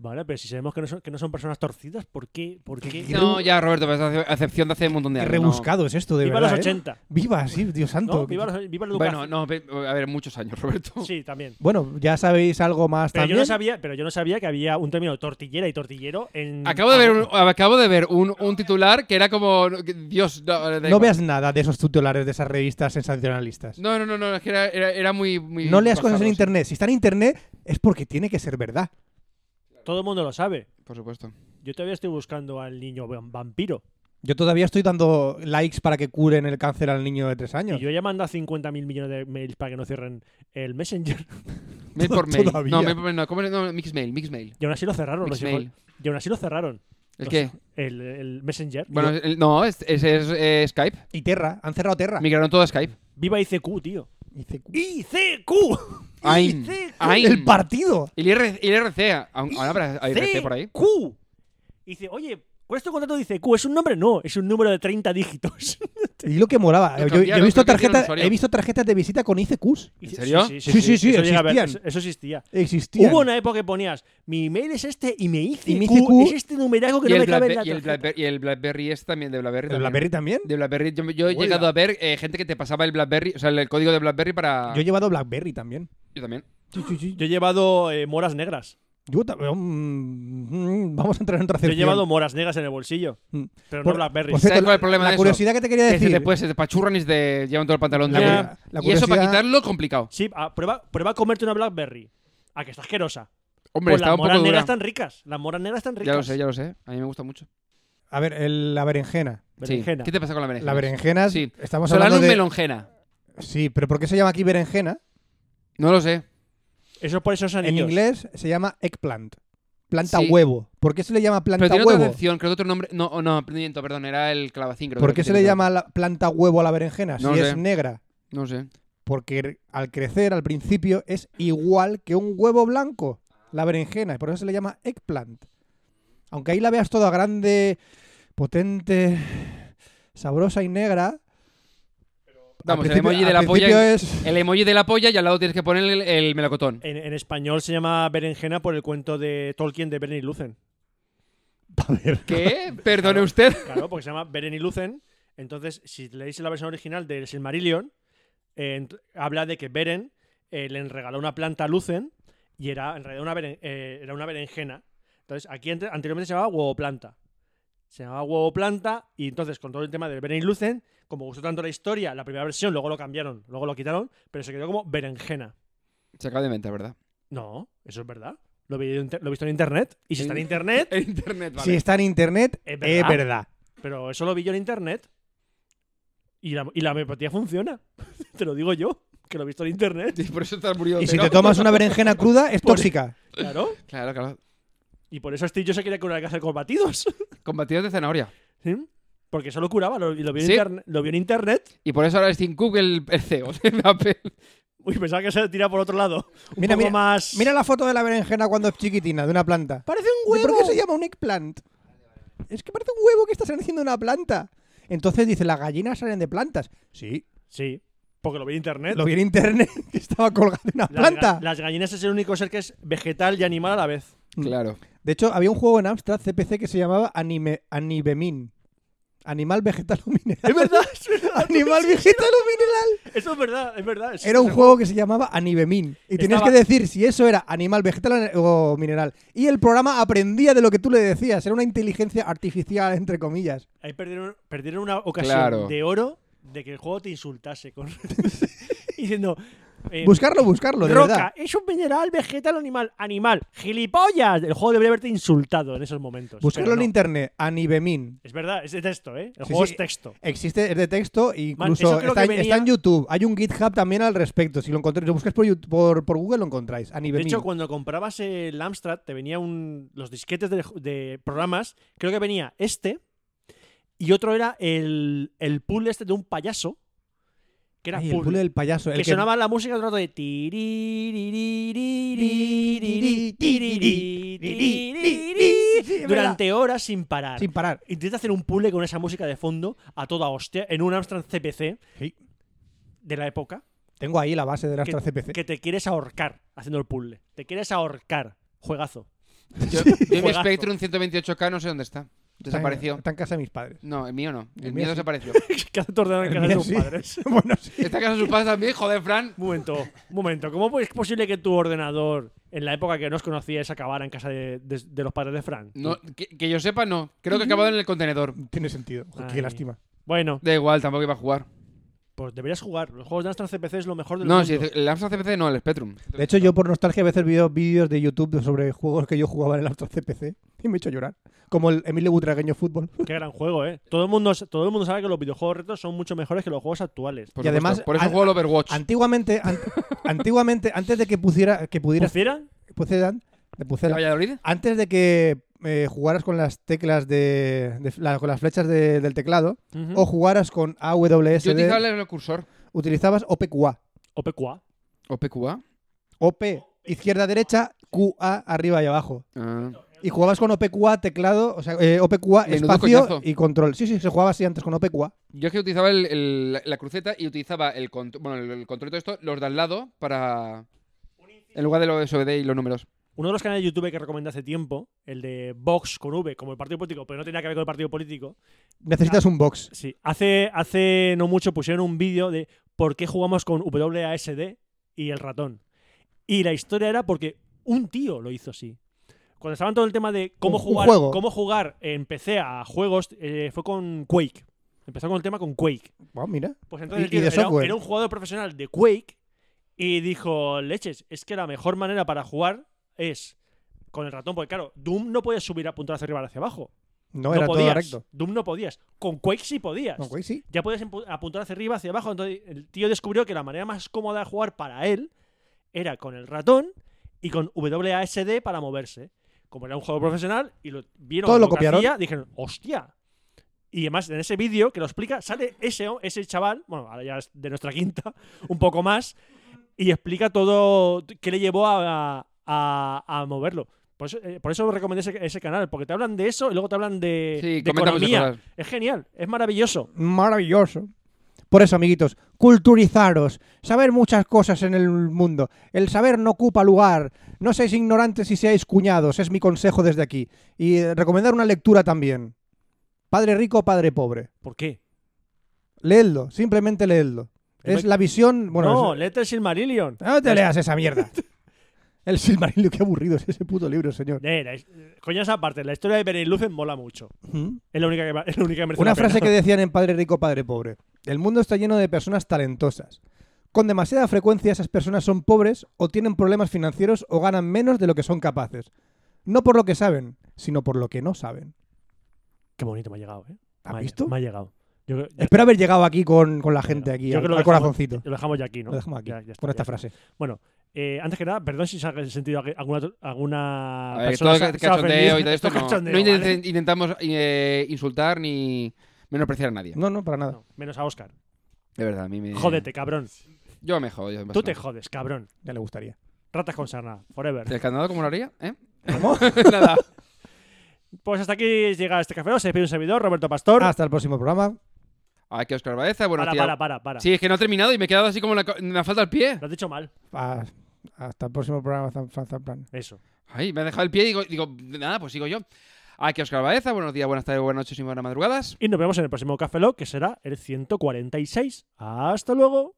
[SPEAKER 1] Vale, pero si sabemos que no son, que no son personas torcidas, ¿por qué? ¿Por qué?
[SPEAKER 2] Qué
[SPEAKER 3] No, ya, Roberto, pero esa ace- acepción de hace un montón de
[SPEAKER 2] Qué
[SPEAKER 3] años.
[SPEAKER 2] rebuscado es esto, de
[SPEAKER 1] Viva
[SPEAKER 2] verdad.
[SPEAKER 1] los
[SPEAKER 2] ¿eh?
[SPEAKER 1] 80.
[SPEAKER 2] Viva, sí, Dios santo.
[SPEAKER 1] ¿No? Viva, los- viva la
[SPEAKER 3] no. Bueno,
[SPEAKER 1] educación.
[SPEAKER 3] no, ve- a ver, muchos años, [LAUGHS] Roberto.
[SPEAKER 1] Sí, también.
[SPEAKER 2] Bueno, ya sabéis algo más
[SPEAKER 1] Pero yo,
[SPEAKER 2] también.
[SPEAKER 1] no sabía, pero yo no sabía que había un término tortillera y tortillero
[SPEAKER 2] mm,
[SPEAKER 1] en.
[SPEAKER 3] Acabo de ver, un, acabo de ver un, un titular que era como. Dios, no, da
[SPEAKER 2] No
[SPEAKER 3] igual.
[SPEAKER 2] veas nada de esos titulares de esas revistas sensacionalistas.
[SPEAKER 3] No, no, no, no, es que era, era, era muy, muy.
[SPEAKER 2] No leas cosas en
[SPEAKER 3] basado,
[SPEAKER 2] internet. Si está en internet es porque tiene que ser verdad.
[SPEAKER 1] Todo el mundo lo sabe.
[SPEAKER 3] sí, Por supuesto.
[SPEAKER 1] Yo todavía estoy buscando al niño vam- vampiro.
[SPEAKER 2] Yo todavía estoy dando likes para que curen el cáncer al niño de tres años.
[SPEAKER 1] Y yo ya mando a 50.000 millones de mails para que no cierren el Messenger. [LAUGHS]
[SPEAKER 2] [LAUGHS]
[SPEAKER 3] Mail por mail.
[SPEAKER 2] Todavía.
[SPEAKER 3] No, mail por mail, no, ¿cómo es? No, mix mail, mix mail.
[SPEAKER 1] Y aún así lo cerraron. los
[SPEAKER 3] Mixed
[SPEAKER 1] hijos-
[SPEAKER 3] mail.
[SPEAKER 1] y aún así lo cerraron.
[SPEAKER 3] ¿El
[SPEAKER 2] Pues
[SPEAKER 1] Los-
[SPEAKER 3] qué?
[SPEAKER 1] El, el Messenger.
[SPEAKER 3] Bueno, el- no, es- ese es, eh, Skype.
[SPEAKER 2] Y Terra, han cerrado Terra.
[SPEAKER 3] Migraron todo a Skype.
[SPEAKER 1] Viva ICQ, tío.
[SPEAKER 2] Y dice,
[SPEAKER 3] [LAUGHS]
[SPEAKER 1] ¡ICQ!
[SPEAKER 3] AIM.
[SPEAKER 1] ICQ.
[SPEAKER 3] AIM.
[SPEAKER 2] El partido.
[SPEAKER 3] El IR- IRC. aún-
[SPEAKER 1] [GASPS]
[SPEAKER 3] ¿Ahora habrá IRC por ahí?
[SPEAKER 1] Q. Y dice, oye, ¿cuál es tu contrato? Dice, Q, ¿es un nombre? No, es un número de 30 dígitos. [LAUGHS]
[SPEAKER 2] Y lo que molaba. Yo- Yo,
[SPEAKER 3] Lo
[SPEAKER 2] he,
[SPEAKER 3] cambiaron,
[SPEAKER 2] visto
[SPEAKER 3] creo que hicieron
[SPEAKER 2] tarjetas,
[SPEAKER 3] usuario.
[SPEAKER 2] he visto tarjetas de visita con ICQs.
[SPEAKER 3] ¿En serio?
[SPEAKER 2] Sí, sí, sí,
[SPEAKER 1] eso, llega a ver,
[SPEAKER 2] existían.
[SPEAKER 1] eso- eso existía.
[SPEAKER 2] Existían.
[SPEAKER 1] Hubo una época que ponías, mi email es este y me hice,
[SPEAKER 2] Y mi ICQ
[SPEAKER 1] es este numeraco que
[SPEAKER 3] Y
[SPEAKER 1] no
[SPEAKER 3] el,
[SPEAKER 1] me cabe en
[SPEAKER 3] Blackbe-
[SPEAKER 1] la
[SPEAKER 3] y el
[SPEAKER 1] tarjeta.
[SPEAKER 3] Blackberry, y el Blackberry es también de Blackberry.
[SPEAKER 2] ¿El
[SPEAKER 3] también.
[SPEAKER 2] BlackBerry también?
[SPEAKER 3] De Blackberry. Yo, yo he
[SPEAKER 2] Hola.
[SPEAKER 3] llegado a ver eh, gente que te pasaba el Blackberry, o sea, el, el código de Blackberry para.
[SPEAKER 2] Yo he llevado BlackBerry también.
[SPEAKER 3] Yo también.
[SPEAKER 1] Yo he llevado eh, moras negras.
[SPEAKER 2] Yo ta- mm, mm, Vamos a entrar en otra
[SPEAKER 1] Yo he
[SPEAKER 2] sección.
[SPEAKER 1] llevado moras negras en el bolsillo,
[SPEAKER 2] Mm.
[SPEAKER 1] pero
[SPEAKER 2] Por-
[SPEAKER 1] no Blackberry.
[SPEAKER 2] por cierto,
[SPEAKER 3] ¿Sabes cuál es el
[SPEAKER 2] la-
[SPEAKER 3] problema
[SPEAKER 2] la
[SPEAKER 3] de eso?
[SPEAKER 2] curiosidad que te quería
[SPEAKER 3] Que
[SPEAKER 2] decir.
[SPEAKER 3] se te puedes pachurranis de llevan todo el pantalón
[SPEAKER 2] La
[SPEAKER 3] de
[SPEAKER 1] Ya.
[SPEAKER 3] arriba.
[SPEAKER 2] curi- la
[SPEAKER 3] Y eso para
[SPEAKER 2] curiosidad-
[SPEAKER 3] quitarlo, complicado.
[SPEAKER 1] Sí, ah, prueba, prueba a comerte una Blackberry. A que está asquerosa.
[SPEAKER 3] Hombre,
[SPEAKER 1] Pues
[SPEAKER 3] está
[SPEAKER 1] las
[SPEAKER 3] un
[SPEAKER 1] moras
[SPEAKER 3] poco dura.
[SPEAKER 1] negras están ricas. Las moras negras están ricas.
[SPEAKER 3] Ya lo sé, ya lo sé. A mí me gusta mucho.
[SPEAKER 2] A ver, el- la berenjena.
[SPEAKER 3] Sí.
[SPEAKER 1] Berenjena.
[SPEAKER 3] ¿Qué te pasa con la berenjena?
[SPEAKER 2] La berenjena,
[SPEAKER 3] Sí.
[SPEAKER 2] estamos
[SPEAKER 3] Solano
[SPEAKER 2] hablando de...
[SPEAKER 3] melonjena.
[SPEAKER 2] Sí, pero ¿por qué se llama aquí berenjena?
[SPEAKER 3] No lo sé.
[SPEAKER 1] Eso es por esos
[SPEAKER 2] En
[SPEAKER 1] anillos.
[SPEAKER 2] inglés se llama eggplant. Planta
[SPEAKER 3] Sí.
[SPEAKER 2] huevo. ¿Por qué se le llama
[SPEAKER 3] Pero
[SPEAKER 2] planta
[SPEAKER 3] tiene otra
[SPEAKER 2] huevo?
[SPEAKER 3] mención, creo que otro nombre. No, oh, no, miento, perdón, era el clavacín, creo.
[SPEAKER 2] ¿Por
[SPEAKER 3] que
[SPEAKER 2] qué se
[SPEAKER 3] tiene
[SPEAKER 2] le
[SPEAKER 3] otro-
[SPEAKER 2] llama la planta huevo a la berenjena
[SPEAKER 3] No
[SPEAKER 2] si
[SPEAKER 3] lo
[SPEAKER 2] es
[SPEAKER 3] sé.
[SPEAKER 2] negra?
[SPEAKER 3] No sé.
[SPEAKER 2] Porque r- al crecer, al principio, es igual que un huevo blanco, la berenjena, y por eso se le llama eggplant. Aunque ahí la veas toda grande, potente, sabrosa y negra.
[SPEAKER 3] Vamos,
[SPEAKER 2] al
[SPEAKER 3] el emoji de
[SPEAKER 2] al
[SPEAKER 3] la polla
[SPEAKER 2] principio
[SPEAKER 3] en-
[SPEAKER 2] es-
[SPEAKER 3] El emoji de la polla y al lado tienes que poner el, el melocotón.
[SPEAKER 1] En, en español se llama berenjena por el cuento de Tolkien de Beren y Lucen.
[SPEAKER 3] ¿Qué? Perdone usted.
[SPEAKER 1] Claro, porque se llama Beren y Lucen. Entonces, si leéis la versión original del Silmarillion, eh, ent- habla de que Beren eh, le regaló una planta a Lucen y era en realidad una, beren- eh, era una berenjena. Entonces, aquí ante- anteriormente se llamaba huevo planta. Se llamaba huevo planta y entonces con todo el tema del Beren y Lucen, como gustó tanto la historia, la primera versión, luego lo cambiaron, luego lo quitaron, pero se quedó como berenjena.
[SPEAKER 3] Se acaba de inventar, ¿verdad?
[SPEAKER 1] No, eso es verdad. Lo he, vi- lo he visto en internet. Y si está en
[SPEAKER 3] En-
[SPEAKER 1] internet,
[SPEAKER 3] En internet, [LAUGHS] vale.
[SPEAKER 2] Si está en internet,
[SPEAKER 1] Es
[SPEAKER 2] es
[SPEAKER 1] verdad.
[SPEAKER 2] verdad.
[SPEAKER 1] Pero eso lo vi yo en internet. Y la, y la homeopatía funciona. [LAUGHS] Te lo digo yo, que lo he visto en internet.
[SPEAKER 3] [LAUGHS] Sí, por eso estás muriendo.
[SPEAKER 2] Y si te tomas una berenjena cruda,
[SPEAKER 1] [LAUGHS]
[SPEAKER 2] es
[SPEAKER 1] Por-
[SPEAKER 2] tóxica.
[SPEAKER 1] Claro.
[SPEAKER 3] Claro, claro.
[SPEAKER 1] Y por eso Steve Jobs se quería curar el cáncer con batidos. [LAUGHS]
[SPEAKER 3] Combatidos de zanahoria.
[SPEAKER 1] ¿Sí? Porque eso lo curaba. Lo, y lo, vio en
[SPEAKER 3] Sí.
[SPEAKER 1] interne- lo vio en internet.
[SPEAKER 3] Y por eso ahora es Tim Cook el, el CEO de Apple.
[SPEAKER 1] Uy, pensaba que se tiraba por otro lado. Un
[SPEAKER 2] Mira,
[SPEAKER 1] poco
[SPEAKER 2] mira,
[SPEAKER 1] más.
[SPEAKER 2] Mira la foto de la berenjena cuando es chiquitina, de una planta.
[SPEAKER 1] Parece un
[SPEAKER 2] ¿Y
[SPEAKER 1] huevo.
[SPEAKER 2] ¿Por qué se llama un eggplant? Es que parece un huevo que estás haciendo una planta. Entonces dice, las gallinas salen de plantas. Sí,
[SPEAKER 1] Sí, porque lo vi en internet.
[SPEAKER 2] lo vi en internet [LAUGHS] que estaba colgada de una
[SPEAKER 1] Las ga-
[SPEAKER 2] planta.
[SPEAKER 1] Las, gallinas es el único ser que es vegetal y animal a la vez.
[SPEAKER 2] Mm. [LAUGHS]
[SPEAKER 3] Claro.
[SPEAKER 2] De hecho, había un juego en Amstrad CPC que se llamaba Anime, Animemin. Animal, vegetal o mineral.
[SPEAKER 1] Es [LAUGHS] verdad, es verdad.
[SPEAKER 2] [LAUGHS] Animal, vegetal o mineral.
[SPEAKER 1] Eso es verdad, es verdad. Es-
[SPEAKER 2] Era un
[SPEAKER 1] es-
[SPEAKER 2] juego que se llamaba Animemin. Y tenías
[SPEAKER 1] Estaba-
[SPEAKER 2] que decir si eso era animal, vegetal o mineral. Y el programa aprendía de lo que tú le decías. Era una inteligencia artificial, entre comillas.
[SPEAKER 1] Ahí perdieron, perdieron una ocasión
[SPEAKER 3] Claro.
[SPEAKER 1] de oro de que el juego te insultase.
[SPEAKER 2] [LAUGHS]
[SPEAKER 1] Con... [LAUGHS] Diciendo. eh,
[SPEAKER 2] Buscarlo, buscarlo, de
[SPEAKER 1] roca,
[SPEAKER 2] verdad.
[SPEAKER 1] es un mineral, vegetal, animal. Animal, gilipollas. El juego debería haberte insultado en esos momentos. Pues
[SPEAKER 2] Buscarlo
[SPEAKER 1] pero
[SPEAKER 2] en
[SPEAKER 1] no.
[SPEAKER 2] internet, Anibemin.
[SPEAKER 1] Es verdad, es de texto, ¿eh? El
[SPEAKER 2] Sí,
[SPEAKER 1] juego
[SPEAKER 2] sí.
[SPEAKER 1] es texto.
[SPEAKER 2] Existe, es de texto e
[SPEAKER 1] Man,
[SPEAKER 2] incluso
[SPEAKER 1] eso creo
[SPEAKER 2] está,
[SPEAKER 1] que
[SPEAKER 2] en-
[SPEAKER 1] venía-
[SPEAKER 2] está en YouTube. Hay un GitHub también al respecto. Si lo encontráis, lo buscáis por, YouTube- por, por Google, lo encontráis.
[SPEAKER 1] De
[SPEAKER 2] Anibemin.
[SPEAKER 1] hecho, cuando comprabas el Amstrad, te venía un, los disquetes de, de programas. Creo que venía este y otro era el, el pool este de un payaso. Que era
[SPEAKER 2] Ay, el
[SPEAKER 1] pool.
[SPEAKER 2] puzzle del payaso. el
[SPEAKER 1] que,
[SPEAKER 2] que-
[SPEAKER 1] sonaba la música todo el rato de tiririririririri, tiririririririri, durante horas sin parar.
[SPEAKER 2] Sin parar.
[SPEAKER 1] Intenta hacer un puzzle con esa música de fondo a toda hostia en un Amstrad CPC
[SPEAKER 2] Sí.
[SPEAKER 1] de la época
[SPEAKER 2] Tengo ahí la base del Astra CPC.
[SPEAKER 1] que te quieres ahorcar haciendo el puzzle. Te quieres ahorcar. Juegazo.
[SPEAKER 3] Yo, yo en mi
[SPEAKER 1] Juegazo.
[SPEAKER 3] Spectrum 128K no sé dónde está.
[SPEAKER 2] Está en-
[SPEAKER 3] Desapareció.
[SPEAKER 2] Está en casa de mis padres. [LAUGHS]
[SPEAKER 3] No, el mío no. El,
[SPEAKER 2] El
[SPEAKER 3] mío
[SPEAKER 2] mío sí. [LAUGHS]
[SPEAKER 3] desapareció.
[SPEAKER 1] que hace torneo en
[SPEAKER 2] El
[SPEAKER 1] casa de
[SPEAKER 2] mío
[SPEAKER 1] tus
[SPEAKER 2] sí.
[SPEAKER 1] padres.
[SPEAKER 2] bueno, sí.
[SPEAKER 3] Esta casa de sus padres también, joder, Fran.
[SPEAKER 1] Un momento, un momento. ¿Cómo es posible que tu ordenador, en la época que nos conocías, acabara en casa de, de- de los padres de Fran?
[SPEAKER 3] No, que, que yo sepa, no. Creo que ha acabado en el contenedor.
[SPEAKER 2] Tiene sentido. Joder,
[SPEAKER 1] Ay.
[SPEAKER 2] Qué lástima.
[SPEAKER 1] Bueno,
[SPEAKER 3] Da igual, tampoco iba a jugar.
[SPEAKER 1] Pues deberías jugar. Los juegos de Amstrad CPC es lo mejor del
[SPEAKER 3] No,
[SPEAKER 1] mundo.
[SPEAKER 3] si el Amstrad CPC no, el Spectrum.
[SPEAKER 2] De hecho, yo por nostalgia a veces veo vídeos de YouTube sobre juegos que yo jugaba en el Astra CPC y me he hecho llorar. Como el Emilio Butragueño
[SPEAKER 1] [LAUGHS]
[SPEAKER 2] Fútbol.
[SPEAKER 1] Qué gran juego, ¿eh? Todo el, mundo, todo el mundo sabe que los videojuegos retros son mucho mejores que los juegos actuales.
[SPEAKER 3] Por
[SPEAKER 2] Y además,
[SPEAKER 3] supuesto. por eso
[SPEAKER 2] an-
[SPEAKER 3] juego al Overwatch.
[SPEAKER 2] Antiguamente, an- antiguamente, antes de que pusiera, que pudieras
[SPEAKER 1] ¿Pusieran?
[SPEAKER 2] Pucedan, de Pucela.
[SPEAKER 3] ¿De Valladolid?
[SPEAKER 2] Antes de que eh, jugaras con las teclas de, de la- con las flechas de- del teclado
[SPEAKER 1] Ujú.
[SPEAKER 2] o jugaras con AWS,
[SPEAKER 3] Yo utilizaba el cursor.
[SPEAKER 2] utilizabas OPQA.
[SPEAKER 1] O PQA.
[SPEAKER 3] ¿O PQA?
[SPEAKER 2] OP izquierda derecha, QA arriba y abajo.
[SPEAKER 3] Ah.
[SPEAKER 2] Y jugabas con OPQA, teclado, o sea, eh, OPQA,
[SPEAKER 3] Menudo
[SPEAKER 2] espacio
[SPEAKER 3] coñazo.
[SPEAKER 2] y control. Sí, sí, se jugaba así antes con OPQA.
[SPEAKER 3] Yo es que utilizaba el- el- la- la cruceta y utilizaba el, cont- bueno, el, el control y todo esto, los de al lado, para. En lugar de los SOD y los números.
[SPEAKER 1] Uno de los canales de YouTube que recomendé hace tiempo, el de Vox con V, como el partido político, pero no tenía que ver con el partido político.
[SPEAKER 2] Necesitas
[SPEAKER 3] Ah.
[SPEAKER 2] un box.
[SPEAKER 1] Sí, hace, hace no mucho pusieron un vídeo de por qué jugamos con WASD y el ratón. Y la historia era porque un tío lo hizo así. Cuando estaban todo el tema de cómo
[SPEAKER 2] Un- un
[SPEAKER 1] jugar,
[SPEAKER 2] juego.
[SPEAKER 1] cómo jugar en PC a juegos, eh, fue con Quake. Empezó con el tema con Quake.
[SPEAKER 2] Bueno, mira.
[SPEAKER 1] Pues entonces
[SPEAKER 2] Y-
[SPEAKER 1] el tío
[SPEAKER 2] y de
[SPEAKER 1] era-
[SPEAKER 2] software.
[SPEAKER 1] era, un jugador profesional de Quake y dijo, leches, es que la mejor manera para jugar es con el ratón, porque claro, Doom no podías subir a punto hacia arriba o hacia abajo.
[SPEAKER 2] No, era
[SPEAKER 1] podías.
[SPEAKER 2] todo recto.
[SPEAKER 1] Doom no podías. Con Quake sí podías.
[SPEAKER 2] No, güey, sí.
[SPEAKER 1] Ya podías empu- apuntar hacia arriba, hacia abajo. Entonces el tío descubrió que la manera más cómoda de jugar para él era con el ratón y con WASD para moverse. Como era un juego profesional y lo vieron
[SPEAKER 2] Todo lo
[SPEAKER 1] que
[SPEAKER 2] copiaron.
[SPEAKER 1] hacía, dijeron, hostia. Y además en ese vídeo que lo explica, sale ese, ho- ese chaval, bueno, ahora ya es de nuestra quinta, [LAUGHS] un poco más, y explica todo qué le llevó a, a- a moverlo. Por eso, eh, por eso recomendé ese, ese canal, porque te hablan de eso y luego te hablan de,
[SPEAKER 3] Sí,
[SPEAKER 1] Eh, de
[SPEAKER 3] comentan cosas
[SPEAKER 1] economía.
[SPEAKER 3] raras.
[SPEAKER 1] Es genial, es maravilloso.
[SPEAKER 2] Maravilloso. Por eso, amiguitos, culturizaros, saber muchas cosas en el mundo. El saber no ocupa lugar. No seáis ignorantes y seáis cuñados, es mi consejo desde aquí. Y eh, recomendar una lectura también. Padre rico, padre pobre.
[SPEAKER 1] ¿Por qué?
[SPEAKER 2] Leedlo, simplemente leedlo.
[SPEAKER 1] Yo
[SPEAKER 2] Es
[SPEAKER 1] me-
[SPEAKER 2] la visión. Bueno,
[SPEAKER 1] no,
[SPEAKER 2] es-
[SPEAKER 1] Letter Silmarillion.
[SPEAKER 2] no te
[SPEAKER 1] es-
[SPEAKER 2] leas esa
[SPEAKER 1] [LAUGHS]
[SPEAKER 2] mierda. El Silmarillo, qué aburrido es ese puto libro, señor.
[SPEAKER 1] Eh, la his- eh, coño, esa parte, la historia de Berenlufen mola mucho.
[SPEAKER 2] ¿Mm?
[SPEAKER 1] Es la única que, va- es la única que merece
[SPEAKER 2] Una
[SPEAKER 1] la pena.
[SPEAKER 2] frase que decían en Padre Rico, Padre Pobre. El mundo está lleno de personas talentosas. Con demasiada frecuencia esas personas son pobres o tienen problemas financieros o ganan menos de lo que son capaces. No por lo que saben, sino por lo que no saben.
[SPEAKER 1] [LAUGHS] Qué bonito me ha llegado, ¿eh?
[SPEAKER 2] ¿Has
[SPEAKER 1] Me ha-
[SPEAKER 2] visto?
[SPEAKER 1] Me ha llegado. Yo, creo-
[SPEAKER 2] [LAUGHS]
[SPEAKER 1] yo-
[SPEAKER 2] Espero haber llegado aquí con, con la gente, aquí,
[SPEAKER 1] Yo creo
[SPEAKER 2] al,
[SPEAKER 1] que lo
[SPEAKER 2] al
[SPEAKER 1] dejamos-
[SPEAKER 2] corazoncito.
[SPEAKER 1] lo dejamos ya aquí, ¿no?
[SPEAKER 2] Lo dejamos aquí,
[SPEAKER 1] Ya- ya está,
[SPEAKER 2] con
[SPEAKER 1] ya
[SPEAKER 2] esta
[SPEAKER 1] está.
[SPEAKER 2] frase.
[SPEAKER 1] Eh, antes que nada, perdón si se ha sentido que alguna, alguna
[SPEAKER 3] A ver,
[SPEAKER 1] persona
[SPEAKER 3] Eh, todo
[SPEAKER 1] Ah, se ha-
[SPEAKER 3] el
[SPEAKER 1] se ha
[SPEAKER 3] cachondeo y
[SPEAKER 1] [LAUGHS]
[SPEAKER 3] todo
[SPEAKER 1] ofendido.
[SPEAKER 3] esto.
[SPEAKER 1] Todo
[SPEAKER 3] No,
[SPEAKER 1] cachondeo,
[SPEAKER 3] No inten-
[SPEAKER 1] ¿vale?
[SPEAKER 3] intentamos eh, insultar ni menospreciar a nadie.
[SPEAKER 2] No, no, para nada.
[SPEAKER 1] No, Menos a Oscar.
[SPEAKER 3] De verdad, a mí me.
[SPEAKER 1] Jódete, cabrón.
[SPEAKER 3] Yo me jodo. yo me
[SPEAKER 1] Tú
[SPEAKER 3] jodo.
[SPEAKER 1] te jodes, cabrón.
[SPEAKER 2] Ya le gustaría.
[SPEAKER 1] Ratas con sarna, forever.
[SPEAKER 3] ¿El candado cómo lo haría? ¿Eh?
[SPEAKER 2] ¿Cómo?
[SPEAKER 3] Nada.
[SPEAKER 1] Pues hasta aquí llega este café. Se despide un servidor, Roberto Pastor.
[SPEAKER 3] Ah,
[SPEAKER 2] Hasta el próximo programa.
[SPEAKER 3] Aquí Oscar Baeza, buenos
[SPEAKER 1] para,
[SPEAKER 3] días.
[SPEAKER 1] para, para, para.
[SPEAKER 3] Sí, es que no he terminado y me he quedado así como la, co- me falta el pie.
[SPEAKER 1] Lo has dicho mal.
[SPEAKER 2] Ah, Hasta el próximo programa. hasta- hasta el plan.
[SPEAKER 1] Eso.
[SPEAKER 3] Ay, me ha dejado el pie y digo, digo, nada, pues sigo yo. Aquí Oscar Baeza, buenos días, buenas tardes, buenas noches y buenas madrugadas.
[SPEAKER 1] Y nos vemos en el próximo Café Lock, que será el 146. Hasta luego.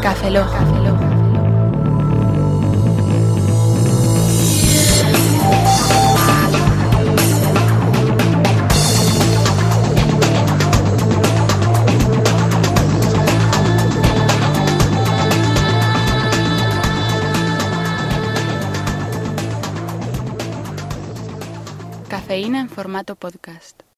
[SPEAKER 4] Café Lock. Café Lock. Cafeína en formato podcast.